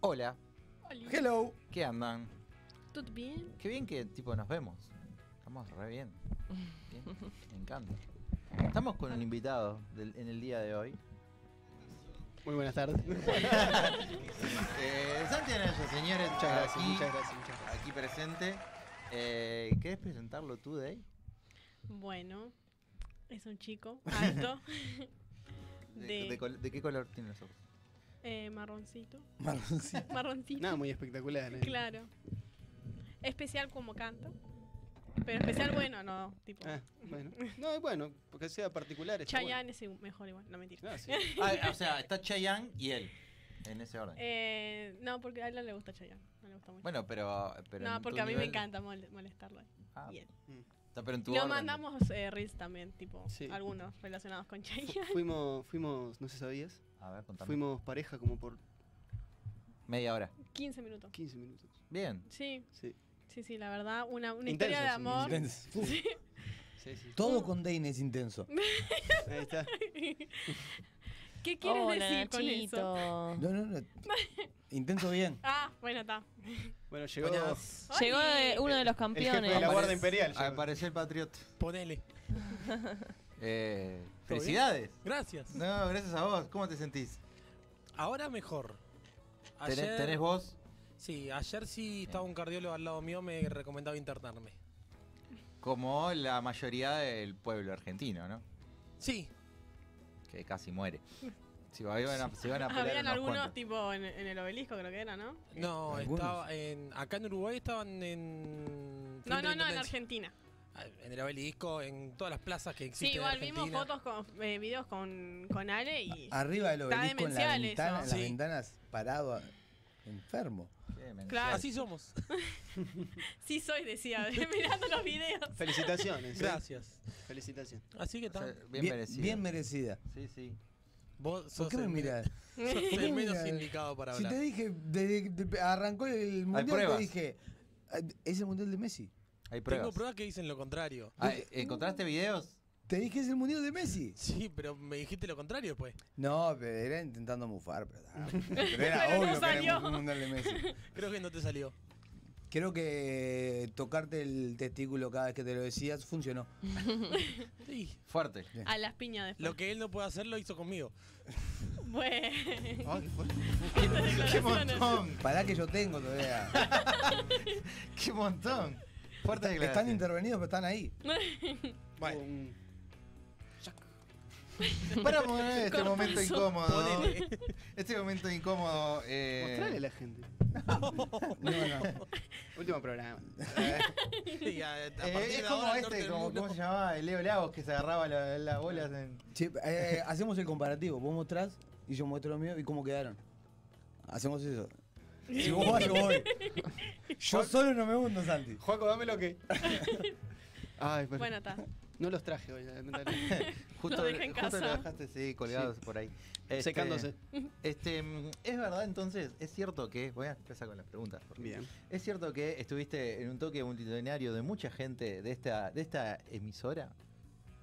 Hola, Oli, Hello. ¿qué andan? ¿Todo bien? Qué bien que tipo nos vemos. Estamos re bien. Bien, Me encanta. Estamos con un invitado del- en el día de hoy. Muy buenas tardes. Muchas Eh, Santi Anaya, señores, gracias, aquí, muchas gracias, muchas gracias. aquí presente. Eh, ¿Querés presentarlo tú, Day? Bueno, es un chico alto, ¿De, De- de col- de qué color tiene los ojos? eh, marroncito, Marroncito. marroncito, Nada, muy espectacular. ¿eh? claro. Especial como canto, pero especial bueno, no, tipo. Ah, bueno. No, es bueno, porque sea particular. está Chayanne es el mejor igual, no mentira. bueno. Ah, sí. Ah, o sea, está Chayanne y él. En ese orden. Eh, no, porque a él no le gusta Chayanne, no le gusta mucho. bueno, pero. pero en no, tu porque a mí me nivel- encanta mol- molestarlo. Ah, Y él. Mm. está, pero en tu Lo orden. mandamos eh, reels también, tipo, Sí. algunos relacionados con Fu- Chayanne. Fuimos, fuimos, no sé sabías, A ver, contame. fuimos pareja como por Media hora. 15 minutos. 15 minutos. Bien. Sí, Sí. sí, sí, la verdad, una, una Intenso, historia de sí, amor. Intenso. Fu- Sí, sí. Todo con Dane es intenso. Ahí está. ¿Qué quieres Hola, decir con Nachito. eso? No, no, no. Intenso bien. Ah, bueno, está. Bueno, llegó Buenas. Llegó de- uno de el los jefe campeones. de la Guardia Aparece- Imperial. llegó. Apareció el patriota. Ponele. Eh, felicidades. Gracias. No, gracias a vos. ¿Cómo te sentís? Ahora mejor. ¿Tenés, tenés vos? Sí, ayer sí estaba un cardiólogo al lado mío, me recomendaba internarme. ¿Eh? Como la mayoría del pueblo argentino, ¿no? Sí, Que casi muere. Si va- iban a, se iban a pelear Habían unos algunos, cuantos. tipo, en, en el obelisco, creo que era, ¿no? no, algunos. estaba en. Acá en Uruguay estaban en. No, frente no, de no, en Intendencia. Argentina. Ah, En el obelisco, en todas las plazas que Sí, existen. igual en vimos Argentina. fotos, con, eh, videos con, con Ale y... Arriba del Está obelisco en, la demencial ventana, eso. en las Sí. ventanas parado a- enfermo. Qué mensaje. Claro. Así somos. Sí soy, decía, mirando los videos. Felicitaciones. ¿eh? Gracias. Felicitaciones. Así que O sea, tal. bien, merecido. bien merecida. sí, sí. Vos ¿Por sos qué me el- mirás? sos ¿Por qué el me menos mirás? indicado para Si hablar. te dije, desde que arrancó el mundial, pruebas. te dije, "Ah, es el mundial de Messi. Hay Tengo pruebas. pruebas que dicen lo contrario. Ah, ¿eh, ¿Encontraste videos? Te dije, es el mundial de Messi. Sí, pero me dijiste lo contrario pues. después. No, pero era intentando mufar, pero, ah, pero Pero era no obvio que era salió. el mundial de Messi. Creo que no te salió. Creo que tocarte el testículo cada vez que te lo decías funcionó. Sí. Fuerte. A las piñas después. Lo que él no puede hacer lo hizo conmigo. Bueno. Ay, qué fuerte. ¡Qué montón! Pará que yo tengo todavía. ¡Qué montón! Fuerte Están declaración. intervenidos, pero están ahí. Hubo un- Para poner este Cortazo. momento incómodo. Ponele. Este momento incómodo. eh, Mostrale a la gente. No, no. Último programa. Sí, a- a eh, partir de es como ahora, el norte este, del como, mundo- ¿cómo se llamaba? El Leo Lagos que se agarraba la- las bolas en. Che, eh, hacemos el comparativo. Vos mostrás y yo muestro lo mío y cómo quedaron. Hacemos eso. Si vos vas, yo voy. Yo solo no me hundo, Santi. Juaco, dame lo que. Ay, pues. bueno. Bueno, está. No los traje hoy, lamentablemente. Justo, Lo dejé en justo lo casa. dejaste sí, colgados por ahí. Secándose. Este, mm, es verdad entonces, es cierto que. Voy a empezar con las preguntas. porque- Bien. ¿Es cierto que estuviste en un toque multitudinario de mucha gente de esta, de esta emisora?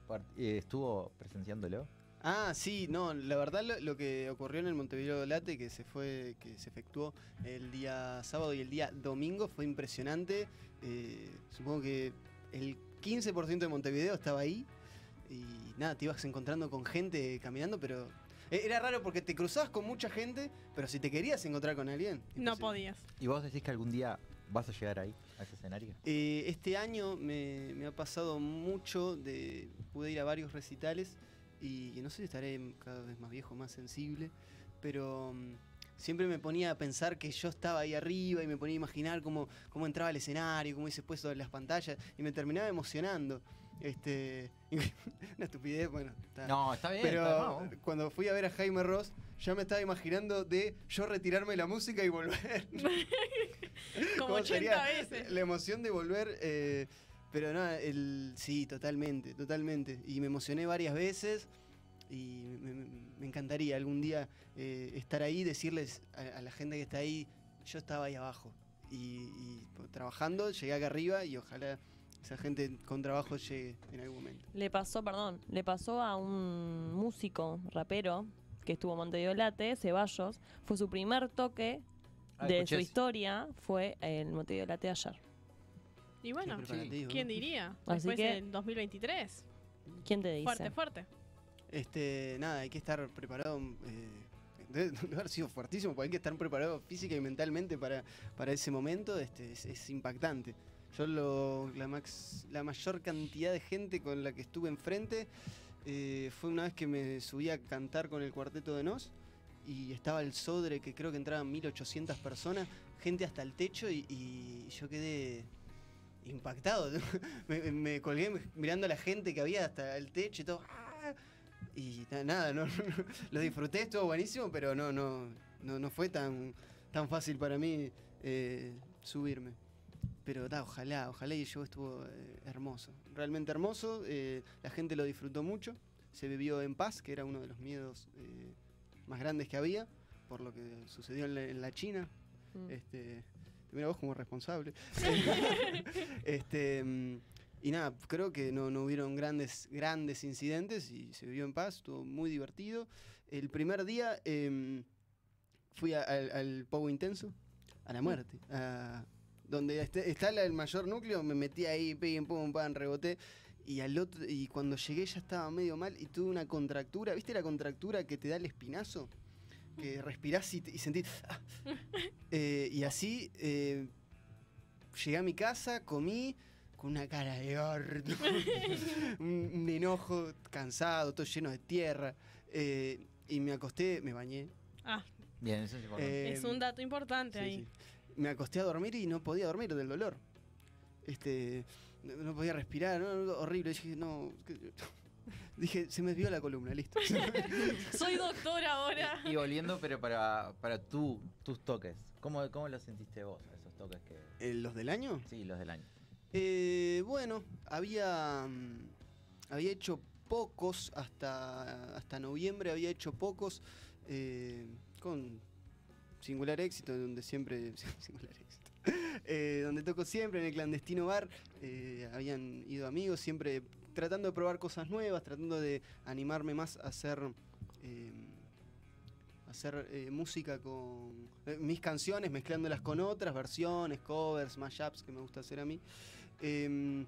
Par- eh, ¿Estuvo presenciándolo? Ah, sí, no, la verdad lo, lo que ocurrió en el Montevideo Late, que se fue, que se efectuó el día sábado y el día domingo, fue impresionante. Eh, supongo que el 15% de Montevideo estaba ahí y nada, te ibas encontrando con gente caminando, pero e- era raro porque te cruzabas con mucha gente, pero si te querías encontrar con alguien, No imposible. podías. ¿Y vos decís que algún día vas a llegar ahí, a ese escenario? Eh, este año me, me ha pasado mucho, de, pude ir a varios recitales y, no sé si estaré cada vez más viejo, más sensible, pero mm, siempre me ponía a pensar que yo estaba ahí arriba y me ponía a imaginar cómo, cómo entraba el escenario, cómo hice puesto en las pantallas y me terminaba emocionando. Este, una estupidez, bueno. está. No, está bien. Pero está bien, vamos. cuando fui a ver a Jaime Ross, ya me estaba imaginando de yo retirarme la música y volver. Como ¿Cómo 80 sería veces. La emoción de volver. eh, pero nada, el, sí, totalmente, totalmente. Y me emocioné varias veces. Y me, me- me encantaría algún día eh, estar ahí, decirles a, a la gente que está ahí, yo estaba ahí abajo. Y, y, pues, trabajando, llegué acá arriba y ojalá esa gente con trabajo llegue en algún momento. Le pasó, perdón, le pasó a un músico, rapero, que estuvo en Montevideo Late, Ceballos. Fue su primer toque Ah, de escuché su eso. historia fue el motivo de la de ayer. Y bueno, Qué preparativo, ¿quién ¿no? diría? Así Después que- del 2023. ¿Quién te dice? Fuerte, fuerte. Este, nada, hay que estar preparado. eh, debe debe haber sido fuertísimo, porque hay que estar preparado física y mentalmente para, para ese momento. Este, es, es impactante. Yo lo, la, max- la mayor cantidad de gente con la que estuve enfrente eh, fue una vez que me subí a cantar con el cuarteto de Nos y estaba el Sodre, que creo que entraban 1800 personas, gente hasta el techo y, y yo quedé impactado. me, me colgué mirando a la gente que había hasta el techo y todo. ¡ah! Y na- nada, no, lo disfruté, estuvo buenísimo, pero no, no, no, no fue tan, tan fácil para mí eh, subirme. Pero ta, ojalá, ojalá y el show estuvo eh, hermoso, realmente hermoso, eh, la gente lo disfrutó mucho, se vivió en paz, que era uno de los miedos eh, más grandes que había, por lo que sucedió en la, en la China. Mm. Este, mira vos como responsable. este, mm, y nada, creo que no, no hubieron grandes, grandes incidentes y se vivió en paz, estuvo muy divertido. El primer día em, fui a- al, al Pogo Intenso, a la muerte, a- donde este- está la- el mayor núcleo, me metí ahí, peguen, pum, pan, reboté. Y, al otro, y cuando llegué ya estaba medio mal y tuve una contractura. ¿Viste la contractura que te da el espinazo? Que respirás y, te- y sentís... "Ah". Eh, y así eh, llegué a mi casa, comí con una cara de orto, un, un enojo, cansado, todo lleno de tierra. eh, y me acosté, me bañé. Ah, Bien, eso es importante. eh, es un dato importante sí, ahí. sí. Me acosté a dormir y no podía dormir del dolor. Este, no, no podía respirar, no, no, horrible. Dije, no. que- Dije, se me desvió la columna, listo. Soy doctor ahora. Y, y volviendo, pero para, para tú, tus toques. ¿Cómo, ¿Cómo lo sentiste vos, esos toques que. Eh, ¿Los del año? Sí, los del año. Eh, bueno, había, mm, había hecho pocos, hasta, hasta noviembre había hecho pocos, eh, con singular éxito, donde siempre... Singular éxito. Eh, donde toco siempre, en el clandestino bar, eh, habían ido amigos, siempre tratando de probar cosas nuevas, tratando de animarme más a hacer... eh, hacer eh, música con eh, mis canciones, mezclándolas con otras versiones, covers, mashups que me gusta hacer a mí. Eh,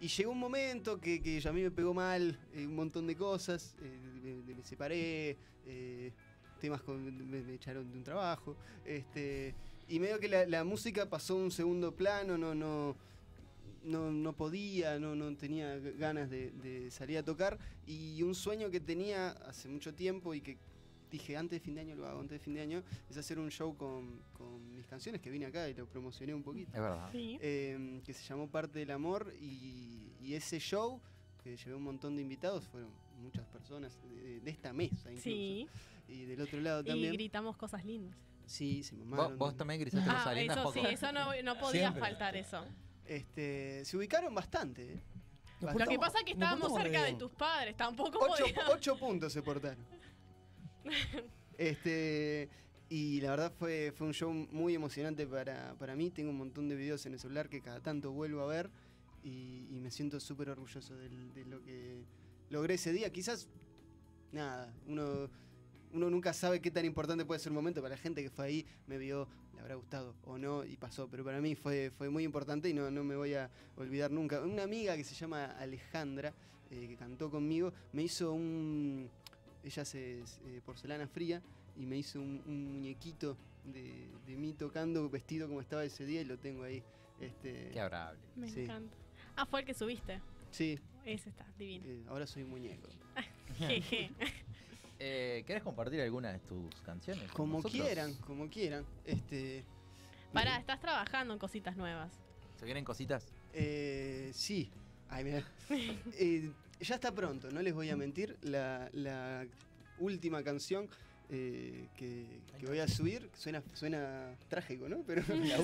y llegó un momento que, que a mí me pegó mal eh, un montón de cosas. eh, me, me separé, eh, temas con, me, me echaron de un trabajo. Este, y medio que la, la música pasó a un segundo plano, no, no, no, no podía, no, no tenía g- ganas de, de salir a tocar. Y un sueño que tenía hace mucho tiempo y que dije antes de fin de año lo hago, antes de fin de año, es hacer un show con, con mis canciones que vine acá y lo promocioné un poquito Es verdad. Sí. eh, que se llamó Parte del Amor y, y ese show, que llevé un montón de invitados, fueron muchas personas de, de esta mesa incluso. Sí. Y del otro lado Y también. gritamos cosas lindas. Sí, se Vos, mamaron. vos también grisaste Ah, cosas lindas, eso Joco. sí, eso no, no podía Siempre. faltar eso. Este, se ubicaron bastante. eh. Nos Lo Bastante. que portamos- pasa es que nos estábamos portamos cerca re de bien. tus padres, tampoco Ocho, podíamos. ocho puntos se portaron. Este. Y la verdad fue, fue un show muy emocionante para, para mí. Tengo un montón de videos en el celular que cada tanto vuelvo a ver. Y, y me siento súper orgulloso del- de, lo que logré ese día. Quizás, nada, uno, uno nunca sabe qué tan importante puede ser un momento. Para la gente que fue ahí, me vio, le habrá gustado o no, y pasó. Pero para mí fue, fue muy importante y no, no me voy a olvidar nunca. Una amiga que se llama Alejandra, eh, que cantó conmigo, me hizo un... Ella hace eh, porcelana fría y me hizo un, un muñequito de, de mí tocando vestido como estaba ese día y lo tengo ahí. Este, Qué adorable. Me Sí. encanta. Ah, fue el que subiste. sí, Ese está, divino. eh, ahora soy muñeco. Jeje. Eh, ¿Querés compartir alguna de tus canciones? con Como nosotros? quieran, como quieran. Este, Pará, estás trabajando en cositas nuevas. ¿Se vienen cositas? Eh, sí. Ay, mirá. Eh, ya está pronto, no les voy a mentir. La, la última canción eh, que, que voy a subir suena, suena trágico, ¿no? Pero,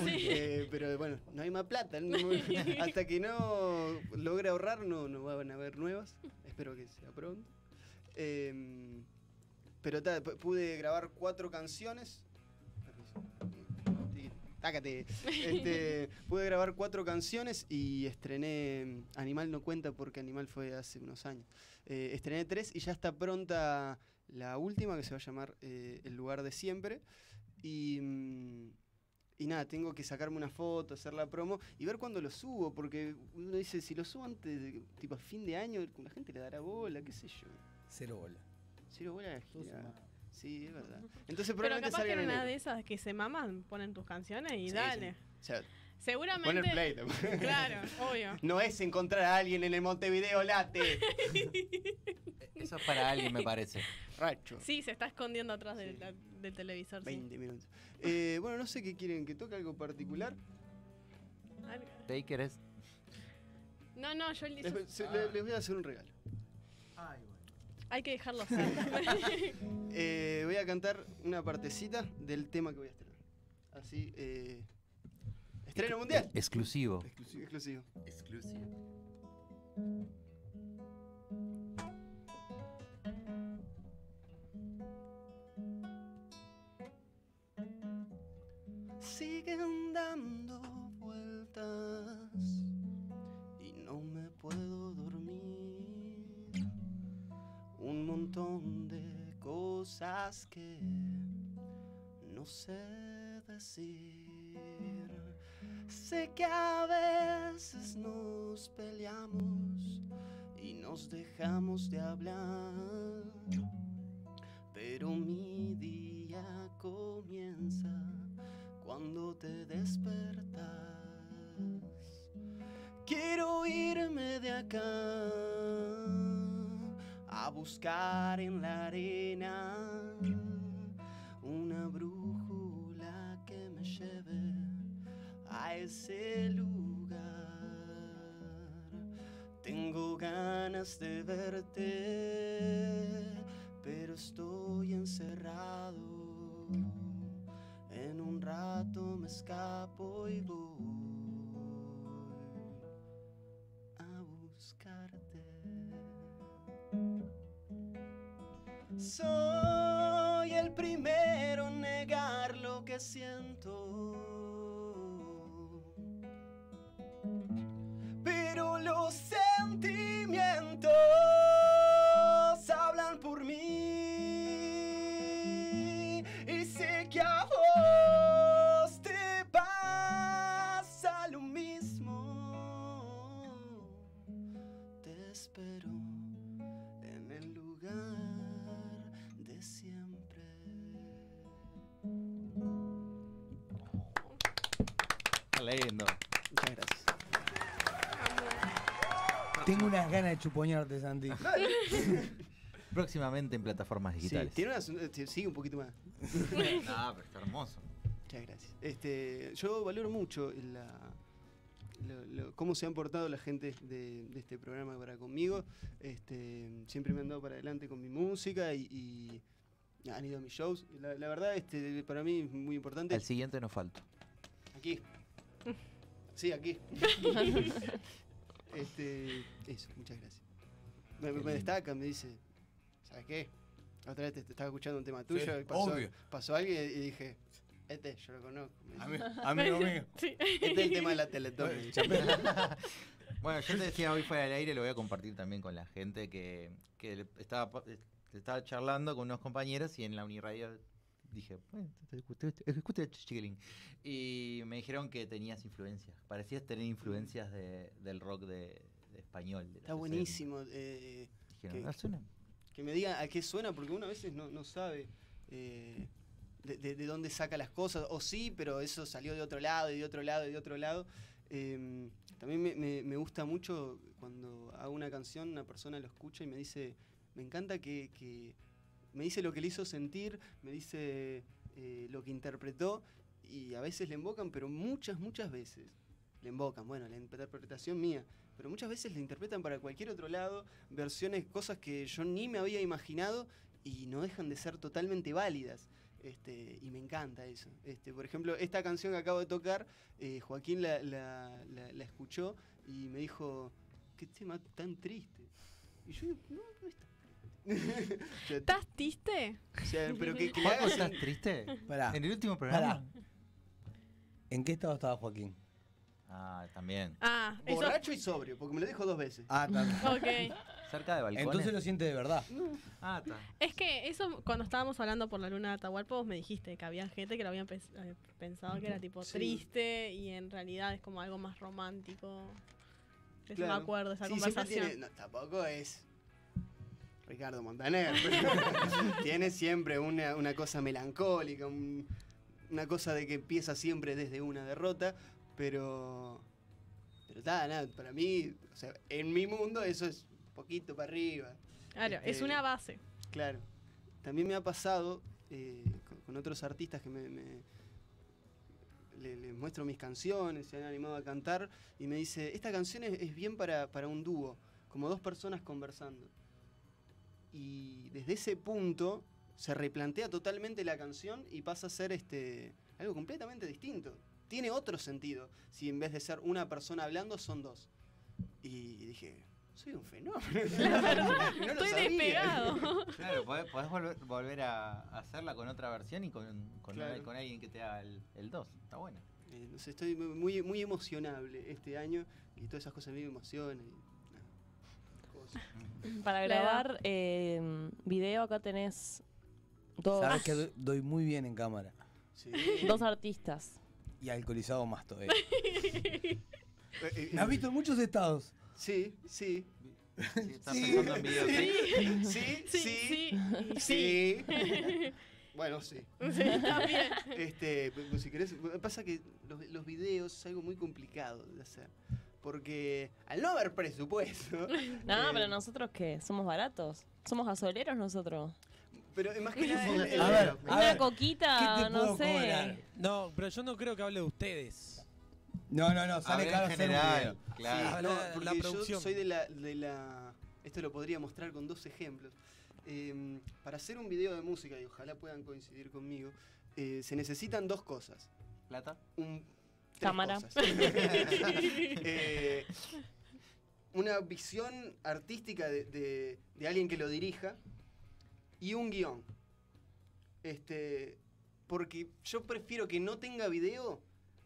eh, pero bueno, no hay más plata. no- hasta que no logre ahorrar, no, no van a haber nuevas. Espero que sea pronto. Eh, pero ta, p- pude grabar cuatro canciones. Tácate. Este, pude grabar cuatro canciones y estrené Animal no cuenta porque Animal fue hace unos años. Eh, estrené tres y ya está pronta la última que se va a llamar eh, El lugar de siempre. Y, mm, Y nada, tengo que sacarme una foto, hacer la promo y ver cuándo lo subo, porque uno dice, si lo subo antes, de- tipo a fin de año, la gente le dará bola, qué sé yo. Cero bola. Cero bola a la Todo gira. sumado. Sí, es verdad. Entonces Pero probablemente capaz que salgan era en una enero. de esas que se maman, ponen tus canciones y Sí, dale. sí. O sea, Seguramente. poner play. tampoco. Claro, obvio. No es encontrar a alguien en el Montevideo late. Eso es para alguien, me parece. Racho. Sí, se está escondiendo atrás Sí. del, la- del televisor. sí. 20 minutos. Eh, bueno, no sé qué quieren, que toque algo particular. Algo. Taker es. No, no, yo, yo- Les, se- le- les voy a hacer un regalo. hay que dejarlo ser. Eh, voy a cantar una partecita del tema que voy a estrenar. Así, eh, estreno mundial. Exclusivo. Exclusivo. exclusivo. Exclusivo. Siguen dando vueltas y no me puedo dormir. Un montón de cosas que no sé decir. Sé que a veces nos peleamos y nos dejamos de hablar. Pero mi día comienza cuando te despertas. Quiero irme de acá a buscar en la arena una brújula que me lleve a ese lugar. Tengo ganas de verte, pero estoy encerrado. En un rato me escapo y voy a buscarte. Soy el primero en negar lo que siento. Pero los sentimientos hablan por mí. Y sé que a vos te pasa lo mismo. Te espero en el lugar de siempre. Lindo. Muchas gracias. Tengo unas ganas de chupoñarte, Santi. Próximamente en plataformas digitales. Sí, tiene una, son- este, sí, un poquito más. Ah, pero está hermoso. Muchas gracias. Este, yo valoro mucho la, lo- lo- cómo se han portado la gente de, de este programa para conmigo. Este, siempre me han dado para adelante con mi música y, y han ido a mis shows. La, la verdad, este, para mí es muy importante. Al siguiente no falto. Aquí. Sí, aquí. este, eso, muchas gracias. Me, me lindo. destaca, me dice, ¿sabes qué? La Otra vez te, te estaba escuchando un tema tuyo, y pasó, obvio. pasó alguien y dije, este yo lo conozco. me dice. amigo mío. Sí. Este es el tema de la Teletón. Bueno, yo te decía hoy fuera del aire, lo voy a compartir también con la gente que, que le- estaba, pa- eh, estaba charlando con unos compañeros y en la Uniradio dije, bueno, te- te- te- te- escucha el chiquilín. Y me dijeron que tenías influencias, parecías tener influencias de- del rock de, de español. de los Está 60. buenísimo. eh, Dijeron, Que- "Ah, suena". que me diga a qué suena, porque uno a veces no, no sabe eh, de, de- de dónde saca las cosas, o sí, pero eso salió de otro lado, y de otro lado, y de otro lado. Eh, también me, me- me gusta mucho cuando hago una canción, una persona lo escucha y me dice, me encanta que, que me dice lo que le hizo sentir, me dice eh, lo que interpretó, y a veces le invocan, pero muchas, muchas veces le invocan, bueno, la interpretación mía, pero muchas veces le interpretan para cualquier otro lado, versiones, cosas que yo ni me había imaginado y no dejan de ser totalmente válidas. Este, y me encanta eso. Este, por ejemplo, esta canción que acabo de tocar, eh, Joaquín la, la- la- la escuchó y me dijo, qué tema tan triste. Y yo digo, no, no está. triste". o, sea, ¿Estás triste? o sea, pero que, que le Juaco, hagas ¿estás en- triste? Pará, ¿En el último pará. programa? ¿En qué estado estaba Joaquín? Ah, también. Ah, eso. borracho y sobrio, porque me lo dijo dos veces. Ah, está. Ok. Cerca de balcones. Entonces lo siente de verdad. Ah, está. Es que eso, cuando estábamos hablando por la luna de Atahualpa, vos me dijiste que había gente que lo habían pens- eh, pensado que era tipo Sí. triste y en realidad es como algo más romántico. Yo Claro. me acuerdo de esa Sí, siempre conversación. tiene- no, tampoco es Ricardo Montaner. tiene siempre una, una cosa melancólica, un- una cosa de que empieza siempre desde una derrota, pero. Pero nada, nada, para mí, o sea, en mi mundo eso es un poquito para arriba. Claro, es este, una base. Claro. También me ha pasado eh, con, con otros artistas que me, me- le- les muestro mis canciones, se han animado a cantar y me dice, esta canción es, es bien para, para un dúo, como dos personas conversando. Y desde ese punto se replantea totalmente la canción y pasa a ser este, algo completamente distinto. Tiene otro sentido si en vez de ser una persona hablando son dos. Y dije, soy un fenómeno. No lo Estoy sabía. despegado. Claro, podés, podés volver, volver a hacerla con otra versión y con, con, Claro. con alguien que te haga el, el 2. Está bueno. Eh, no sé, estoy mu- muy, muy emocionable este año y todas esas cosas a mí me emocionan. y nada, cosas. Para La grabar eh, video acá tenés dos, Sabes que doy- doy muy bien en cámara. Sí. dos artistas. Y alcoholizado más todavía. Eh, eh, Me has visto en muchos estados. Sí, sí. Sí, estás pensando en videoclip. Sí, sí, Sí, sí. sí, y sí. sí. Bueno, sí. Sí, también. Este, p- si querés, pasa que los, los videos es algo muy complicado de hacer. Porque al no haber presupuesto. No, eh, pero nosotros qué, somos baratos. Somos gasoleros nosotros. Pero es más que nada. el- el- A ver, el- a Una ver, ¿qué coquita, te no puedo sé. cobrar? No, pero yo no creo que hable de ustedes. No, no, no, Hablé sale caro en hacer un general. video. Claro. Ah, no, la- la porque yo producción. soy de la, de la- Esto lo podría mostrar con dos ejemplos. Eh, para hacer un video de música, y ojalá puedan coincidir conmigo, eh, se necesitan dos cosas. ¿Plata? Un, tres Cámara. cosas. Eh, una visión artística de, de- de alguien que lo dirija y un guión. Este, porque yo prefiero que no tenga video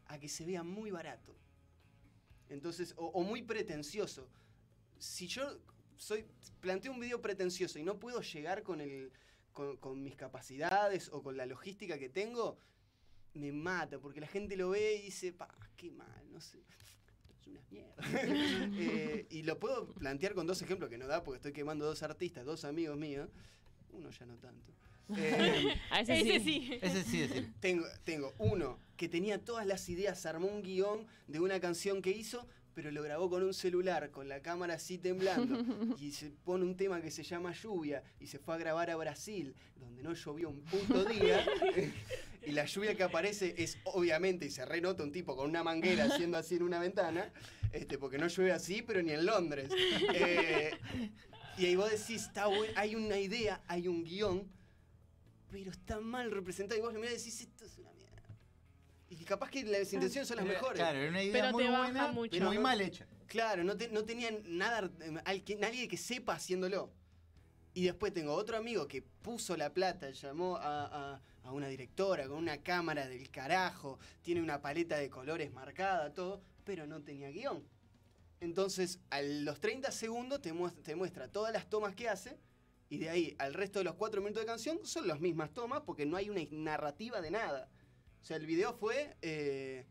a que se vea muy barato. Entonces, o, o muy pretencioso. Si yo soy planteo un video pretencioso y no puedo llegar con el con, con mis capacidades o con la logística que tengo, me mata, porque la gente lo ve y dice, pa, qué mal, no sé. Es una mierda. Eh, y lo puedo plantear con dos ejemplos que no da porque estoy quemando dos artistas, dos amigos míos. Uno ya no tanto. Eh, A ese, sí. Ese sí. Ese sí decir. tengo, tengo uno que tenía todas las ideas, armó un guión de una canción que hizo, pero lo grabó con un celular, con la cámara así temblando. y se pone un tema que se llama Lluvia y se fue a grabar a Brasil, donde no llovió un puto día. y la lluvia que aparece es obviamente, y se renota un tipo con una manguera haciendo así en una ventana, este, porque no llueve así, pero ni en Londres. Eh, y ahí vos decís, está bueno, hay una idea, hay un guión, pero está mal representado. Y vos lo mirás y decís, esto es una mierda. Y capaz que las intenciones son las Era- mejores. Claro, Claro, era una idea Pero muy te baja buena, mucho. pero muy Pero- mal hecha. no, te- no tenían nada, eh, al que- nadie que sepa haciéndolo. Y después tengo otro amigo que puso la plata, llamó a, a- a una directora con una cámara del carajo, tiene una paleta de colores marcada, todo, pero no tenía guión. Entonces, a los 30 segundos te, muest- te muestra todas las tomas que hace, y de ahí al resto de los 4 minutos de canción son las mismas tomas porque no hay una narrativa de nada. O sea, el video fue. Eh,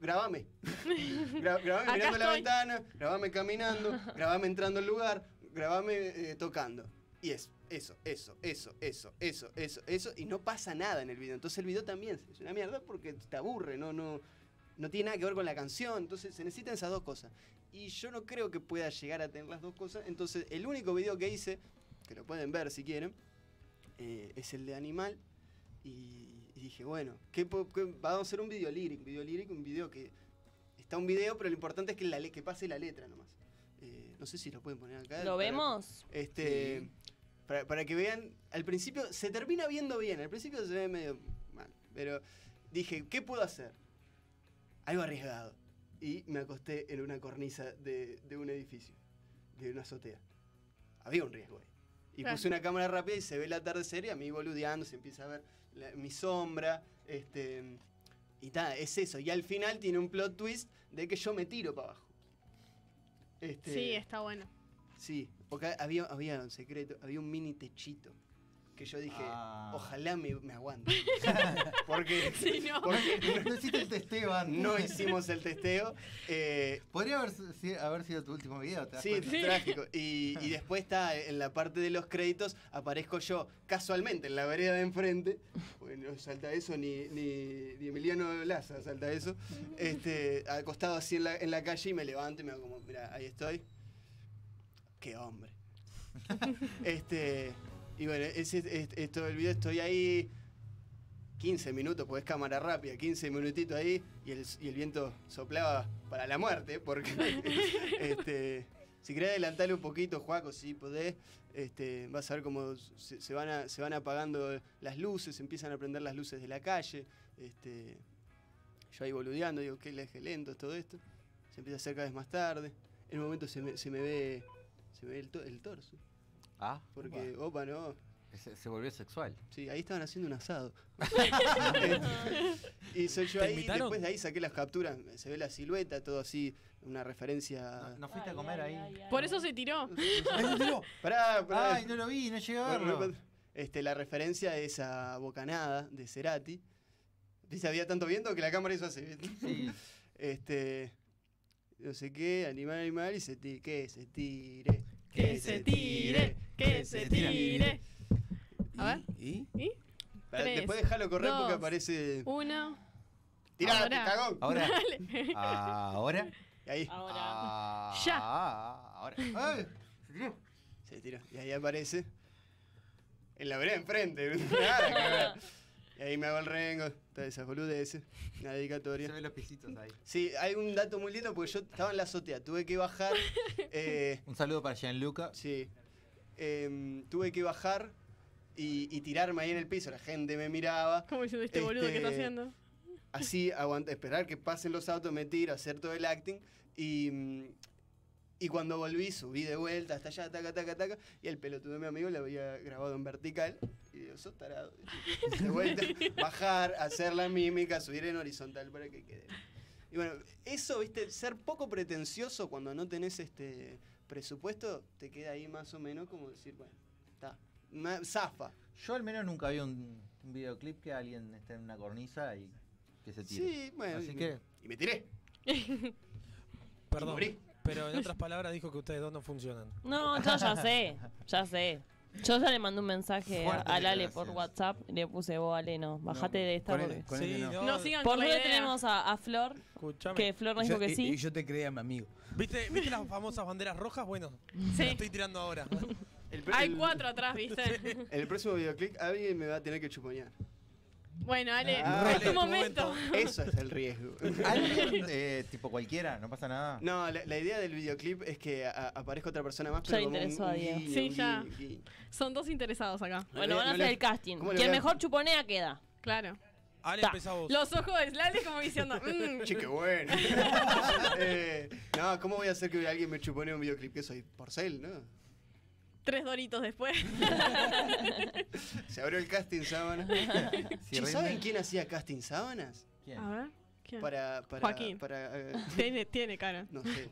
grabame. Gra- grabame Acá mirando la estoy. ventana, grabame caminando, grabame entrando al lugar, grabame eh, tocando. Y es eso, eso, eso, eso, eso, eso, eso. Y no pasa nada en el video. Entonces el video también es una mierda porque te aburre, no, no, no tiene nada que ver con la canción. Entonces se necesitan esas dos cosas. Y yo no creo que pueda llegar a tener las dos cosas. Entonces el único video que hice, que lo pueden ver si quieren, eh, es el de Animal. Y, y dije, bueno, ¿qué, po- qué- vamos a hacer un video lírico. Video lírico, un video que... Está un video, pero lo importante es que, la le- que pase la letra nomás. Eh, no sé si lo pueden poner acá. para- ¿Lo vemos? este, para, para que vean, al principio se termina viendo bien, al principio se ve medio mal, pero dije, ¿qué puedo hacer? Algo arriesgado. Y me acosté en una cornisa de, de un edificio, de una azotea. Había un riesgo ahí. Y Claro. puse una cámara rápida y se ve el atardecer y a mí boludeando, se empieza a ver la- mi sombra, este... Y ta, es eso. Y al final tiene un plot twist de que yo me tiro para abajo. Este, Sí, está bueno. Sí, Porque había, había un secreto, había un mini techito. Que yo dije, Ah. ojalá me, me aguante. porque Sí, no. porque No hiciste el testeo antes. no hicimos el testeo. eh, Podría haber, si- haber sido tu último video, ¿te das sí, cuenta? trágico. Y, y después está en la parte de los créditos, aparezco yo casualmente en la vereda de enfrente. Pues no salta eso, ni, ni, ni Emiliano Laza salta eso. Este, acostado así en la, en la calle y me levanto y me hago como, mira, ahí estoy. Qué hombre. este, y bueno, ese es, es- es todo el video. Estoy ahí 15 minutos, pues es cámara rápida, 15 minutitos ahí y el, y el viento soplaba para la muerte, porque este, si querés adelantarle un poquito, Juaco, si podés, este, vas a ver cómo se, se van a- se van apagando las luces, empiezan a prender las luces de la calle. Este, yo ahí boludeando, digo, qué leje lento es todo esto. Se empieza a hacer cada vez más tarde. En un momento se me, se me ve, se me ve el, to- el torso, Ah, porque, opa, no, se, se volvió sexual. Sí, ahí estaban haciendo un asado. y soy yo ¿Te ahí, invitaron? después de ahí saqué las capturas, se ve la silueta, todo así, una referencia. No, no fuiste a comer ahí. Por eso se tiró. Ese tío, Pará, pará. Ay, no lo vi, no llegué a Bueno, verlo. bueno, Este, la referencia es a Bocanada de Cerati. Dice, había tanto viento que la cámara hizo así. ¿viste? Sí. Este. No sé qué, animal, animal, y se ti- que se tire. Que se tire, que se tire. A ver. ¿Y? Pará, Tres, después déjalo correr porque dos, aparece. Uno. ¡Tirate, ahora. cagón! Ahora. Dale. Ah. Ahora. Ahí. Ahora. Ah. Ya. Ahora. Ay, se tiró. Se tiró. Y ahí aparece. En la vereda enfrente. Nada que ver. Y ahí me hago el rengo. Todas esas boludeces. Una Se dedicatoria. ven los pisitos ahí. Sí, hay un dato muy lindo porque yo estaba en la azotea. Tuve que bajar. eh, Un saludo para Gianluca. sí. Em, tuve que bajar y, y tirarme ahí en el piso. La gente me miraba. Como diciendo este boludo que está Este, haciendo. Así, aguanta, esperar que pasen los autos, me tiro, hacer todo el acting. Y, mm, y cuando volví, subí de vuelta hasta allá, taca, taca, taca. Y el pelotudo de mi amigo lo había grabado en vertical. Y digo, sos tarado. De vuelta, bajar, hacer la mímica, subir en horizontal para que quede. Y bueno, eso, viste, ser poco pretencioso cuando no tenés este presupuesto, te queda ahí más o menos como decir, bueno, está. Ma- Zafa. Yo al menos nunca vi un, un videoclip que alguien esté en una cornisa y que se tire. Sí, bueno. Así y- que Y me tiré. Perdón. Morí. Pero en otras palabras dijo que ustedes dos no funcionan. No, yo ya sé, ya sé. Yo ya le mandé un mensaje a Fuertes al Ale por declaraciones. WhatsApp y le puse vos, Ale, no, bajate de esta con él- porque... con él que no. No sigan Por con la suerte idea. tenemos a, a Flor, Escuchame. que Flor nos Yo- dijo que y- sí. Y yo te creía mi amigo. ¿Viste, ¿Viste las famosas banderas rojas? Bueno, las Sí. estoy tirando ahora. El- Hay el- cuatro atrás, ¿viste? En el próximo videoclip alguien me va a tener que chuponear. Bueno, Ale, Ah, en Ale, un momento. momento. Eso es el riesgo. alguien, eh, tipo cualquiera, no pasa nada. No, la, la idea del videoclip es que a- aparezca otra persona más, Ya pero le como un- interesó un a Diego. guiño, Sí, un ya. guiño, guiño. Son dos interesados acá. No Bueno, le- van a no hacer le- el casting. ¿Cómo le Quien voy a- mejor chuponea queda. Claro. Ale, Ta. empezá vos. Los ojos de Lale Pues, como diciendo, "Mm, Che, qué bueno. Eh, no, ¿cómo voy a hacer que alguien me chupone un videoclip que soy porcel, no? tres doritos después. Se abrió el casting sábana. Si Che, rinde- ¿Saben quién hacía casting sábanas? ¿Quién? A ver, ¿quién? Para, para, Joaquín. para, eh, Tiene, tiene cara. no sé.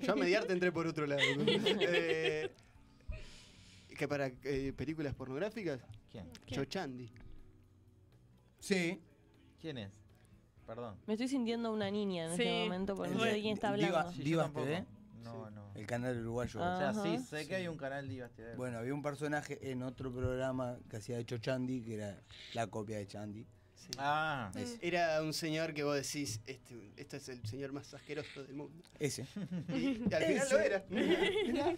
Yo a mediarte entré por otro lado. Eh, que para eh, películas pornográficas, ¿Quién? ¿Quién? Chochandi. Sí. ¿Quién es? Perdón. Me estoy sintiendo una niña en Sí. este momento porque no Re- sé de quién está Diva. hablando. yo Divas tampoco. TV. No, Sí. no. Ah, El canal uruguayo. Ah. O sea, sí, Ajá. sé que hay un canal Divas TV. Bueno, había un personaje en otro programa que hacía hecho Chandy, que era la copia de Chandy. Sí. Ah, Era un señor que vos decís, este, este es el señor más asqueroso del mundo. Ese. Y al final Ese. lo era. Y bueno,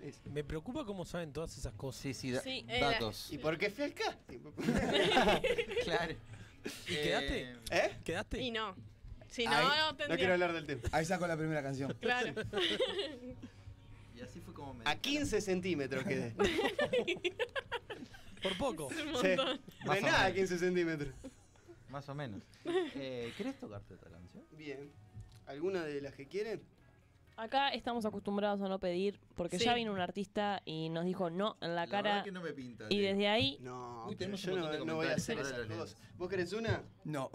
eso. Me preocupa cómo saben todas esas cosas. sí, sí, da- Sí, era- datos. ¿Y por qué fui al casting? Claro. ¿Y quedaste? ¿Eh? ¿Quedaste? Y no. Si no, Ay, no No quiero tendría. hablar del tema. Ahí sacó la primera canción. claro. Y así fue como me. A 15 centímetros quedé. Por poco. Es un Sí. montón. No Más es o nada, menos. 15 centímetros. Más o menos. Eh, ¿Querés tocarte otra canción? Bien. ¿Alguna de las que quieren? Acá estamos acostumbrados a no pedir porque Sí. ya vino un artista y nos dijo no en la, cara verdad no me pinta. y tío. desde ahí No, Uy, pero tenemos yo un no, montón de no voy a comentarios. hacer Ahora esas los leemos. cosas. ¿Vos querés una? No.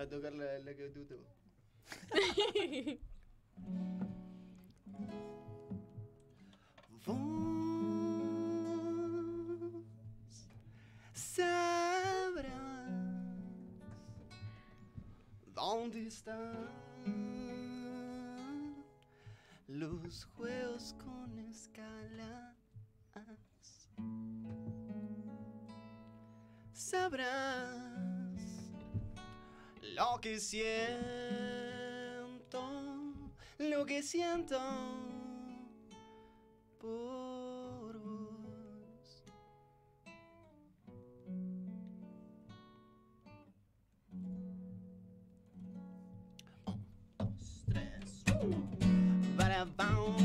A tocar la, la que tú tocas. Vos sabrás dónde están los juegos con escalas. Sabrás lo que siento, lo que siento por vos. Un, dos, tres, uh. Barabam,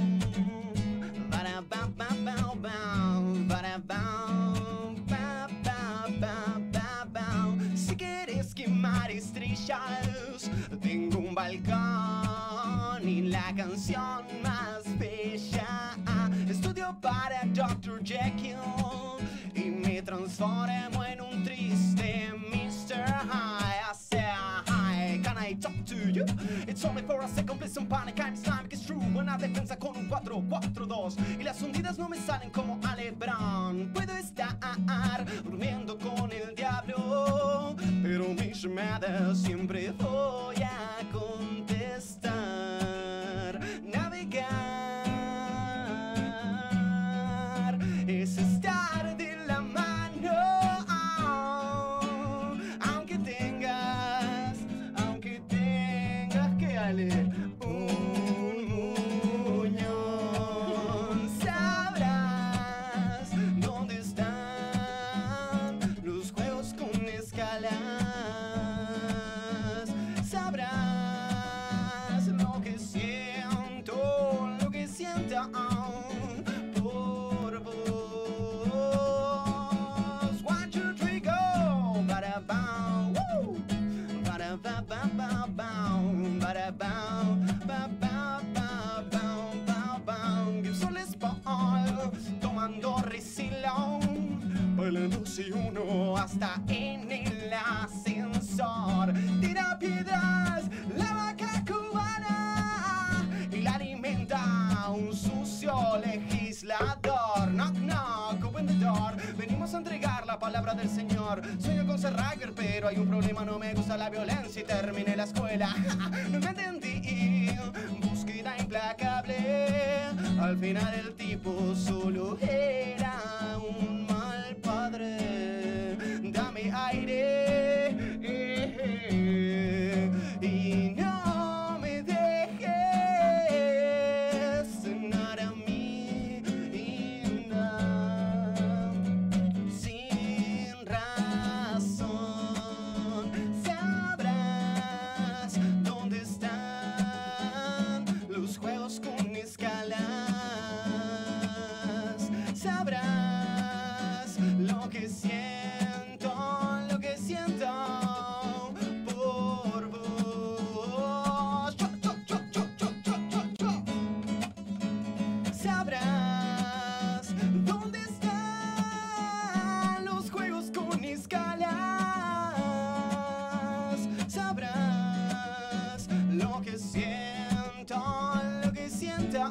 barabam, babam, bam, barabam, ba, ba, ba, ba, bam. Si quieres quemar estrellas, tengo un balcón y la canción más bella. Estudio para Dr. Jekyll y me transformo en un triste Mr. High. I say, hi, can I talk to you? It's only for a second, please don't panic, I'm Islamic, it's true. Buena defensa con un 4-4-2 y las hundidas no me salen como Alebrón. Puedo estar durmiendo con el diablo, pero mis llamadas siempre voy a contestar. Navegar es estar de la mano, aunque tengas, aunque tengas que ale un muñón. Sabrás dónde están los juegos con escalas. Sabrás lo que siento, lo que siento por vos. One, two, three, go. Bada bow, woo. Bada ba ba ba bow. Bada bow, ba ba ba bow, bow, bow. Yo solo es ball, tomando resilón. Bailando si uno hasta en el ascensor. Tira piedras, la vaca cubana y la alimenta un sucio legislador. Knock, knock, open the door. Venimos a entregar la palabra del Señor. Sueño con ser rapper, pero hay un problema. No me gusta la violencia y terminé la escuela. no me entendí. Búsqueda implacable. Al final el tipo solo era un mal padre. Dame aire. eh, eh, Y no me dejes cenar a mí. Y no sin razón. Sabrás dónde están los juegos con escalas. Sabrás lo que siento, lo que siento. por vos. Yo, yo, yo, yo, yo, yo, yo, yo. Sabrás dónde están los juegos con escalas. Sabrás lo que siento, lo que siento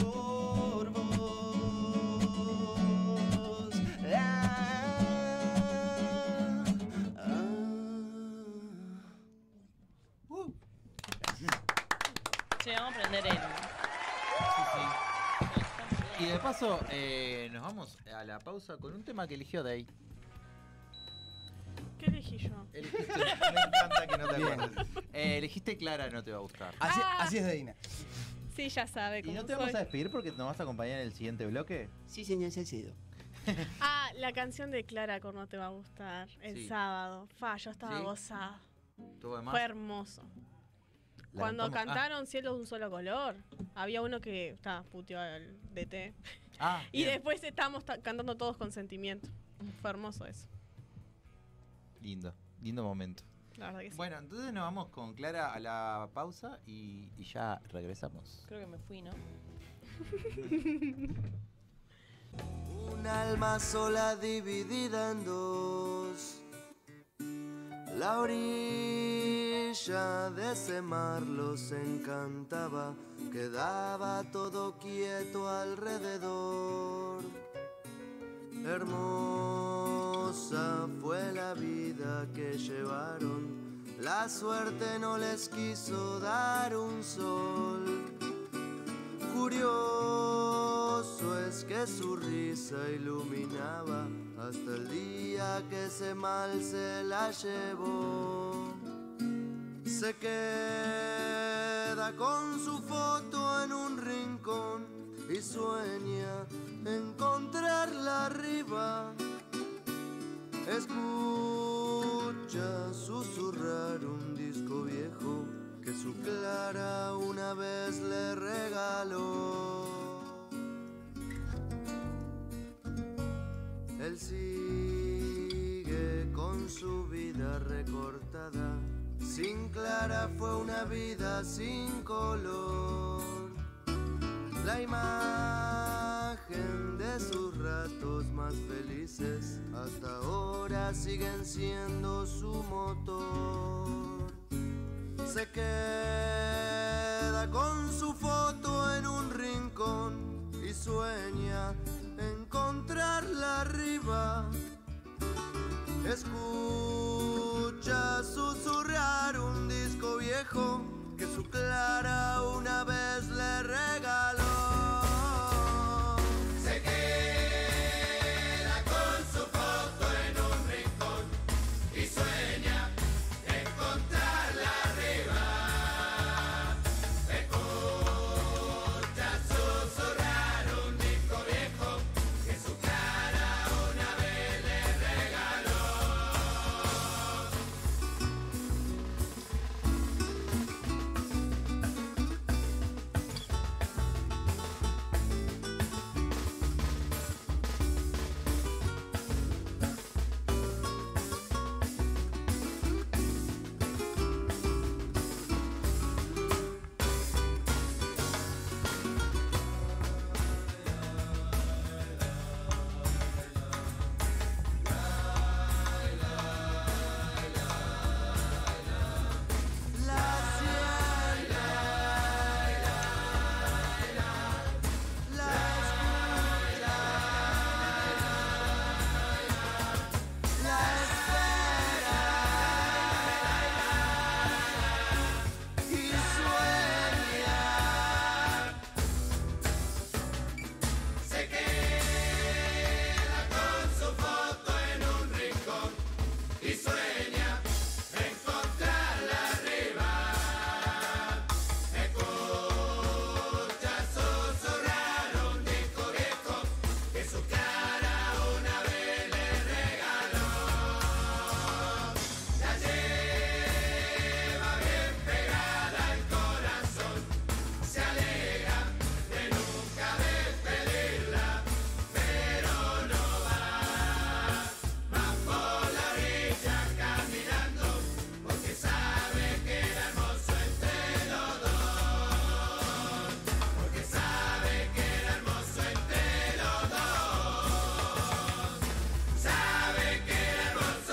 por vos. Ah, ah. Che, vamos a aprender el. Y de paso, eh, nos vamos a la pausa con un tema que eligió Day. ¿Qué elegí yo? Elegiste, me encanta que no te acuerdes. Eh, elegiste Clara, no te va a gustar. Así, Ah. así es Deina. Sí, ya sabe Y cómo no te vamos soy. a despedir porque nos vas a acompañar en el siguiente bloque. Sí, señor Salcedo. Ah, la canción de Clara con No Te Va a Gustar, el Sí. sábado. Fa, yo estaba Sí. gozada. Todo demás. Fue hermoso. la Cuando cantamos. Ah, cantaron Cielo de un solo color, había uno que estaba puteó al DT. Ah, Y bien. después estábamos ta- cantando todos con sentimiento. Fue hermoso eso. Lindo, lindo momento. La verdad que sí. Bueno, entonces nos vamos con Clara a la pausa y, y ya regresamos. Creo que me fui, ¿no? Un alma sola dividida en dos. La orilla maravilla de semar los encantaba, quedaba todo quieto alrededor. Hermosa fue la vida que llevaron, la suerte no les quiso dar un sol. Curioso es que su risa iluminaba hasta el día que ese mal se la llevó. Se queda con su foto en un rincón y sueña encontrarla arriba. Escucha susurrar un disco viejo que su Clara una vez le regaló. Él sigue con su vida recortada. Sin Clara fue una vida sin color. La imagen de sus ratos más felices hasta ahora siguen siendo su motor. Se queda con su foto en un rincón y sueña encontrarla arriba. Escucha susurrar un disco viejo que su Clara una vez le regaló. Se queda con su foto en un rincón y sueña encontrarla arriba. Escucha susurrar un disco viejo que su cara una vez le regaló. Y sueña Se queda con su foto en un rincón Y sueña encontrarla arriba Escucha susurrar un disco viejo Que su cara una vez le regaló La lleva bien pegada al corazón, se alegra de nunca despedirla, pero no va más por la orilla caminando, porque sabe que era hermoso entre los dos, porque sabe que era hermoso entre los dos, sabe que era hermoso.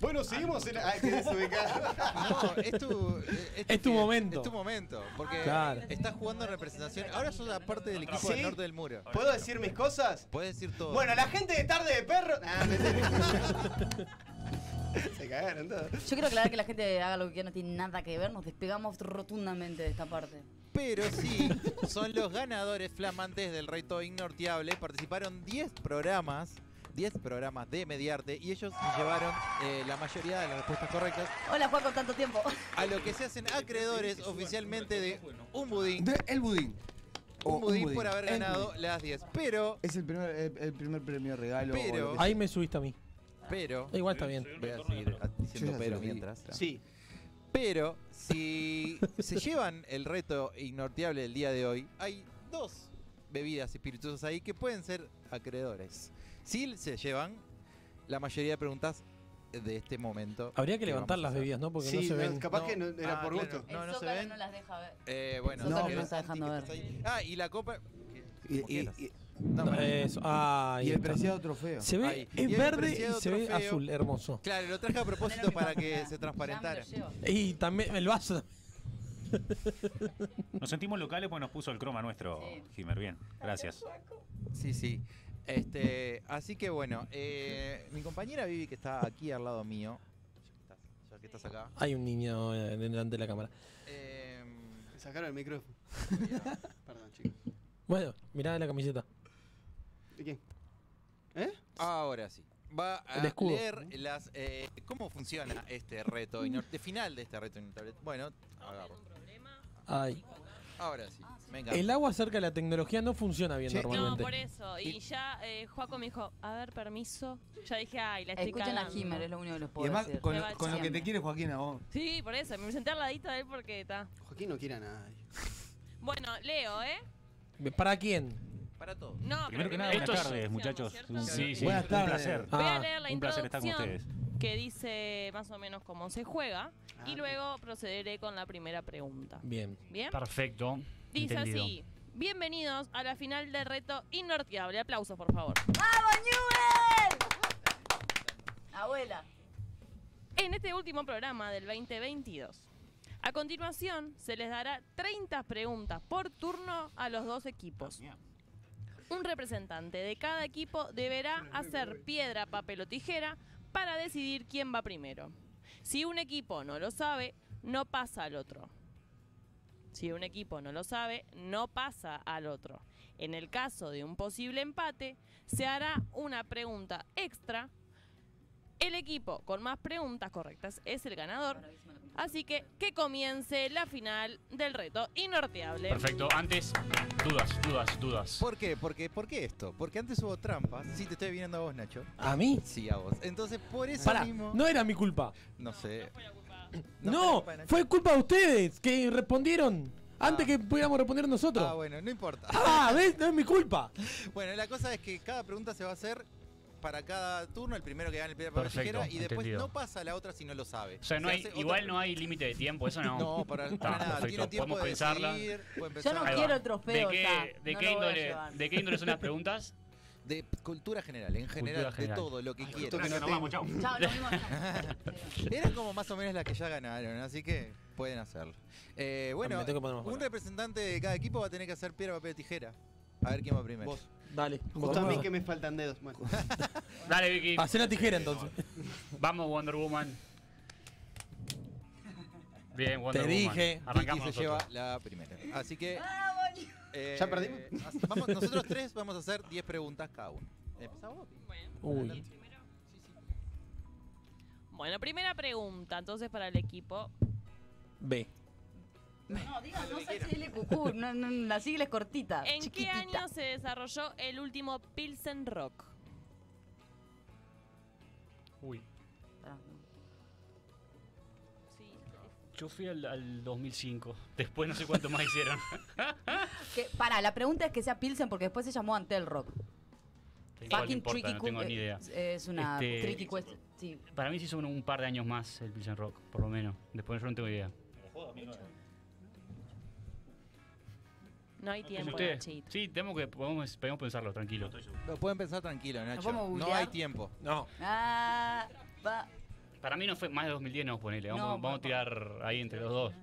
Bueno, seguimos en. Ah, qué desubicado. No, es tu, es tu, Es tu momento. Es tu momento. Porque Claro. estás jugando en representación. Ahora sos la parte del equipo ¿Sí? del norte del muro. ¿Puedo decir mis cosas? Puedes decir todo. Bueno, la gente de Tarde de Perro. Ah, me- Se cagaron todos. Yo quiero aclarar que la gente haga lo que quiera, no tiene nada que ver. Nos despegamos rotundamente de esta parte. Pero sí, son los ganadores flamantes del reto Ignorteable. Participaron 10 programas. 10 programas de Mediarte y ellos se llevaron eh, la mayoría de las respuestas correctas, Hola, Juan, con tanto tiempo. a lo que se hacen acreedores oficialmente de un budín, De- el budín. O un budín por budín. haber El ganado budín. las 10. Pero, Es el primer, el, el primer premio regalo. o lo Pero- que sea. Ahí me subiste a mí. pero, Igual está bien. voy a seguir diciendo Yo ya se pero lo di. mientras. Sí. Pero si se llevan el reto ignorteable del día de hoy, hay dos bebidas espirituosas ahí que pueden ser acreedores. Si se llevan la mayoría de preguntas de este momento. Habría que levantar vamos a las hacer. bebidas, ¿no? Porque no Sí, se no, ven. capaz No. que no, era Ah, por claro. gusto. El No, no se Zócalo ven. no las deja ver. Eh, bueno, No, si no querés, está Santi, dejando que ver. estás ahí. Ah, y la copa. que- como Y, y- quieras. y- Está bueno. Eso. Ah, y ahí el está. preciado trofeo. Se ve, Ahí. Y es el verde y preciado se ve trofeo. azul, hermoso. Claro, lo traje a propósito para que se transparentara. Y también el vaso. Nos sentimos locales pues porque nos puso el croma nuestro, Sí. Jimer. Bien, gracias. Sí, sí. Este, así que bueno, eh, mi compañera Vivi, que está aquí al lado mío, ya que estás, ya que estás acá, Hay un niño eh, delante de la cámara. eh, Me sacaron el micrófono. Perdón, chicos. Bueno, mirá la camiseta. ¿De qué? ahora sí, va a ¿Eh? El escudo. leer las, eh, cómo funciona este reto, inor- de final de este reto inolvidable. Bueno, agarro. Ay. Ahora sí, venga. El agua cerca de la tecnología no funciona bien Sí. No, normalmente. por eso. Y ya eh, Joaco me dijo, a ver, permiso. Ya dije, ay, la estoy Escuchen a cagando". Himer, es lo único que les Y puedo además, decir. con, Me lo- va con lo que te siempre. quiere Joaquín a vos. Sí, por eso. Me senté al ladito de él porque está. Joaquín no quiere a nadie. Bueno, Leo, ¿eh? ¿Para quién? Para todo. No, Primero pero que nada, primero buenas la tardes, introducción, muchachos. ¿no es cierto? Sí, sí, Buenas un tardes. placer. Voy a Ah, leer la Un placer estar con ustedes. introducción que dice más o menos cómo se juega Ah, y luego procederé con la primera pregunta. Bien. ¿Bien? Perfecto. Dice Entendido. así. Bienvenidos a la final del reto inorteable. Aplausos, por favor. ¡Vamos, Newell! Abuela. En este último programa del 2022. A continuación, se les dará 30 preguntas por turno a los dos equipos. Un representante de cada equipo deberá hacer piedra, papel o tijera para decidir quién va primero. Si un equipo no lo sabe, no pasa al otro. Si un equipo no lo sabe, no pasa al otro. En el caso de un posible empate, se hará una pregunta extra. El equipo con más preguntas correctas es el ganador. Así que que comience la final del reto inorteable. Perfecto. Antes, dudas, dudas, dudas. ¿Por qué? Porque, ¿Por qué esto? Porque antes hubo trampas. Sí, te estoy viendo a vos, Nacho. ¿A mí? Sí, a vos. Entonces, por eso Pará, mismo. no era mi culpa. no sé. No, fue la culpa de Nacho. fue culpa de ustedes que respondieron antes Ah. que pudiéramos responder nosotros. Ah, bueno, no importa. Ah, ¿ves? No es mi culpa. Bueno, la cosa es que cada pregunta se va a hacer para cada turno, el primero que gane el primer papel Perfecto, tijera, y después entendido. no pasa a la otra si no lo sabe. O sea, no Se hay, hace otra igual pre- no hay límite de tiempo, eso no. No, para, para nada, perfecto, tiene tiempo podemos de pensarla. decidir, puede Yo empezar. no Ahí va. quiero el ¿De trofeo, qué, ya. de, No qué lo voy a índole, llevar. ¿De qué índole son las preguntas? De cultura general, en general, de general. todo, lo que justo quieran. que Gracias, no nos vamos, chao. Chao, nos vemos. chao. Eran como más o menos las que ya ganaron, así que pueden hacerlo. Eh, bueno, Me tengo que poner más un buena. representante de cada equipo va a tener que hacer piedra, papel, tijera. A ver quién va primero. Vos. Dale. Justo a mí que me faltan dedos. Bueno, Dale, Vicky. Hacé la tijera entonces. Vamos, Wonder Woman. Bien, Wonder Te Woman. dije. Arrancamos Vicky se lleva nosotros. la primera. Así que. eh, ¿Ya perdimos? vamos- nosotros tres vamos a hacer 10 preguntas cada uno. ¿Empezamos vos? Uy. Bueno, primera pregunta, entonces para el equipo. Ve. No, diga, no sé si le cucú. No, no, la sigla es cortita. ¿En chiquitita. qué año se desarrolló el último Pilsen Rock? Uy, Ah, Sí. yo fui al, al 2005. Después no sé cuánto más hicieron. que- Pará, la pregunta es que sea Pilsen porque después se llamó Antel Rock. Igual no importa, tricky no tengo cu- ni idea. eh, Es una Este- tricky question. Sí. Para mí se hizo un, un par de años más el Pilsen Rock, por lo menos. Después yo no tengo idea. No hay ¿Es tiempo, usted? Nachito. Sí, tenemos que podemos, podemos pensarlo, tranquilo. Lo pueden pensar tranquilo, Nacho. podemos No googlear? hay tiempo. No. Ah, va. Para mí no fue más de 2010, no, ponele. Vamos, No, vamos bueno, a tirar ahí entre los dos.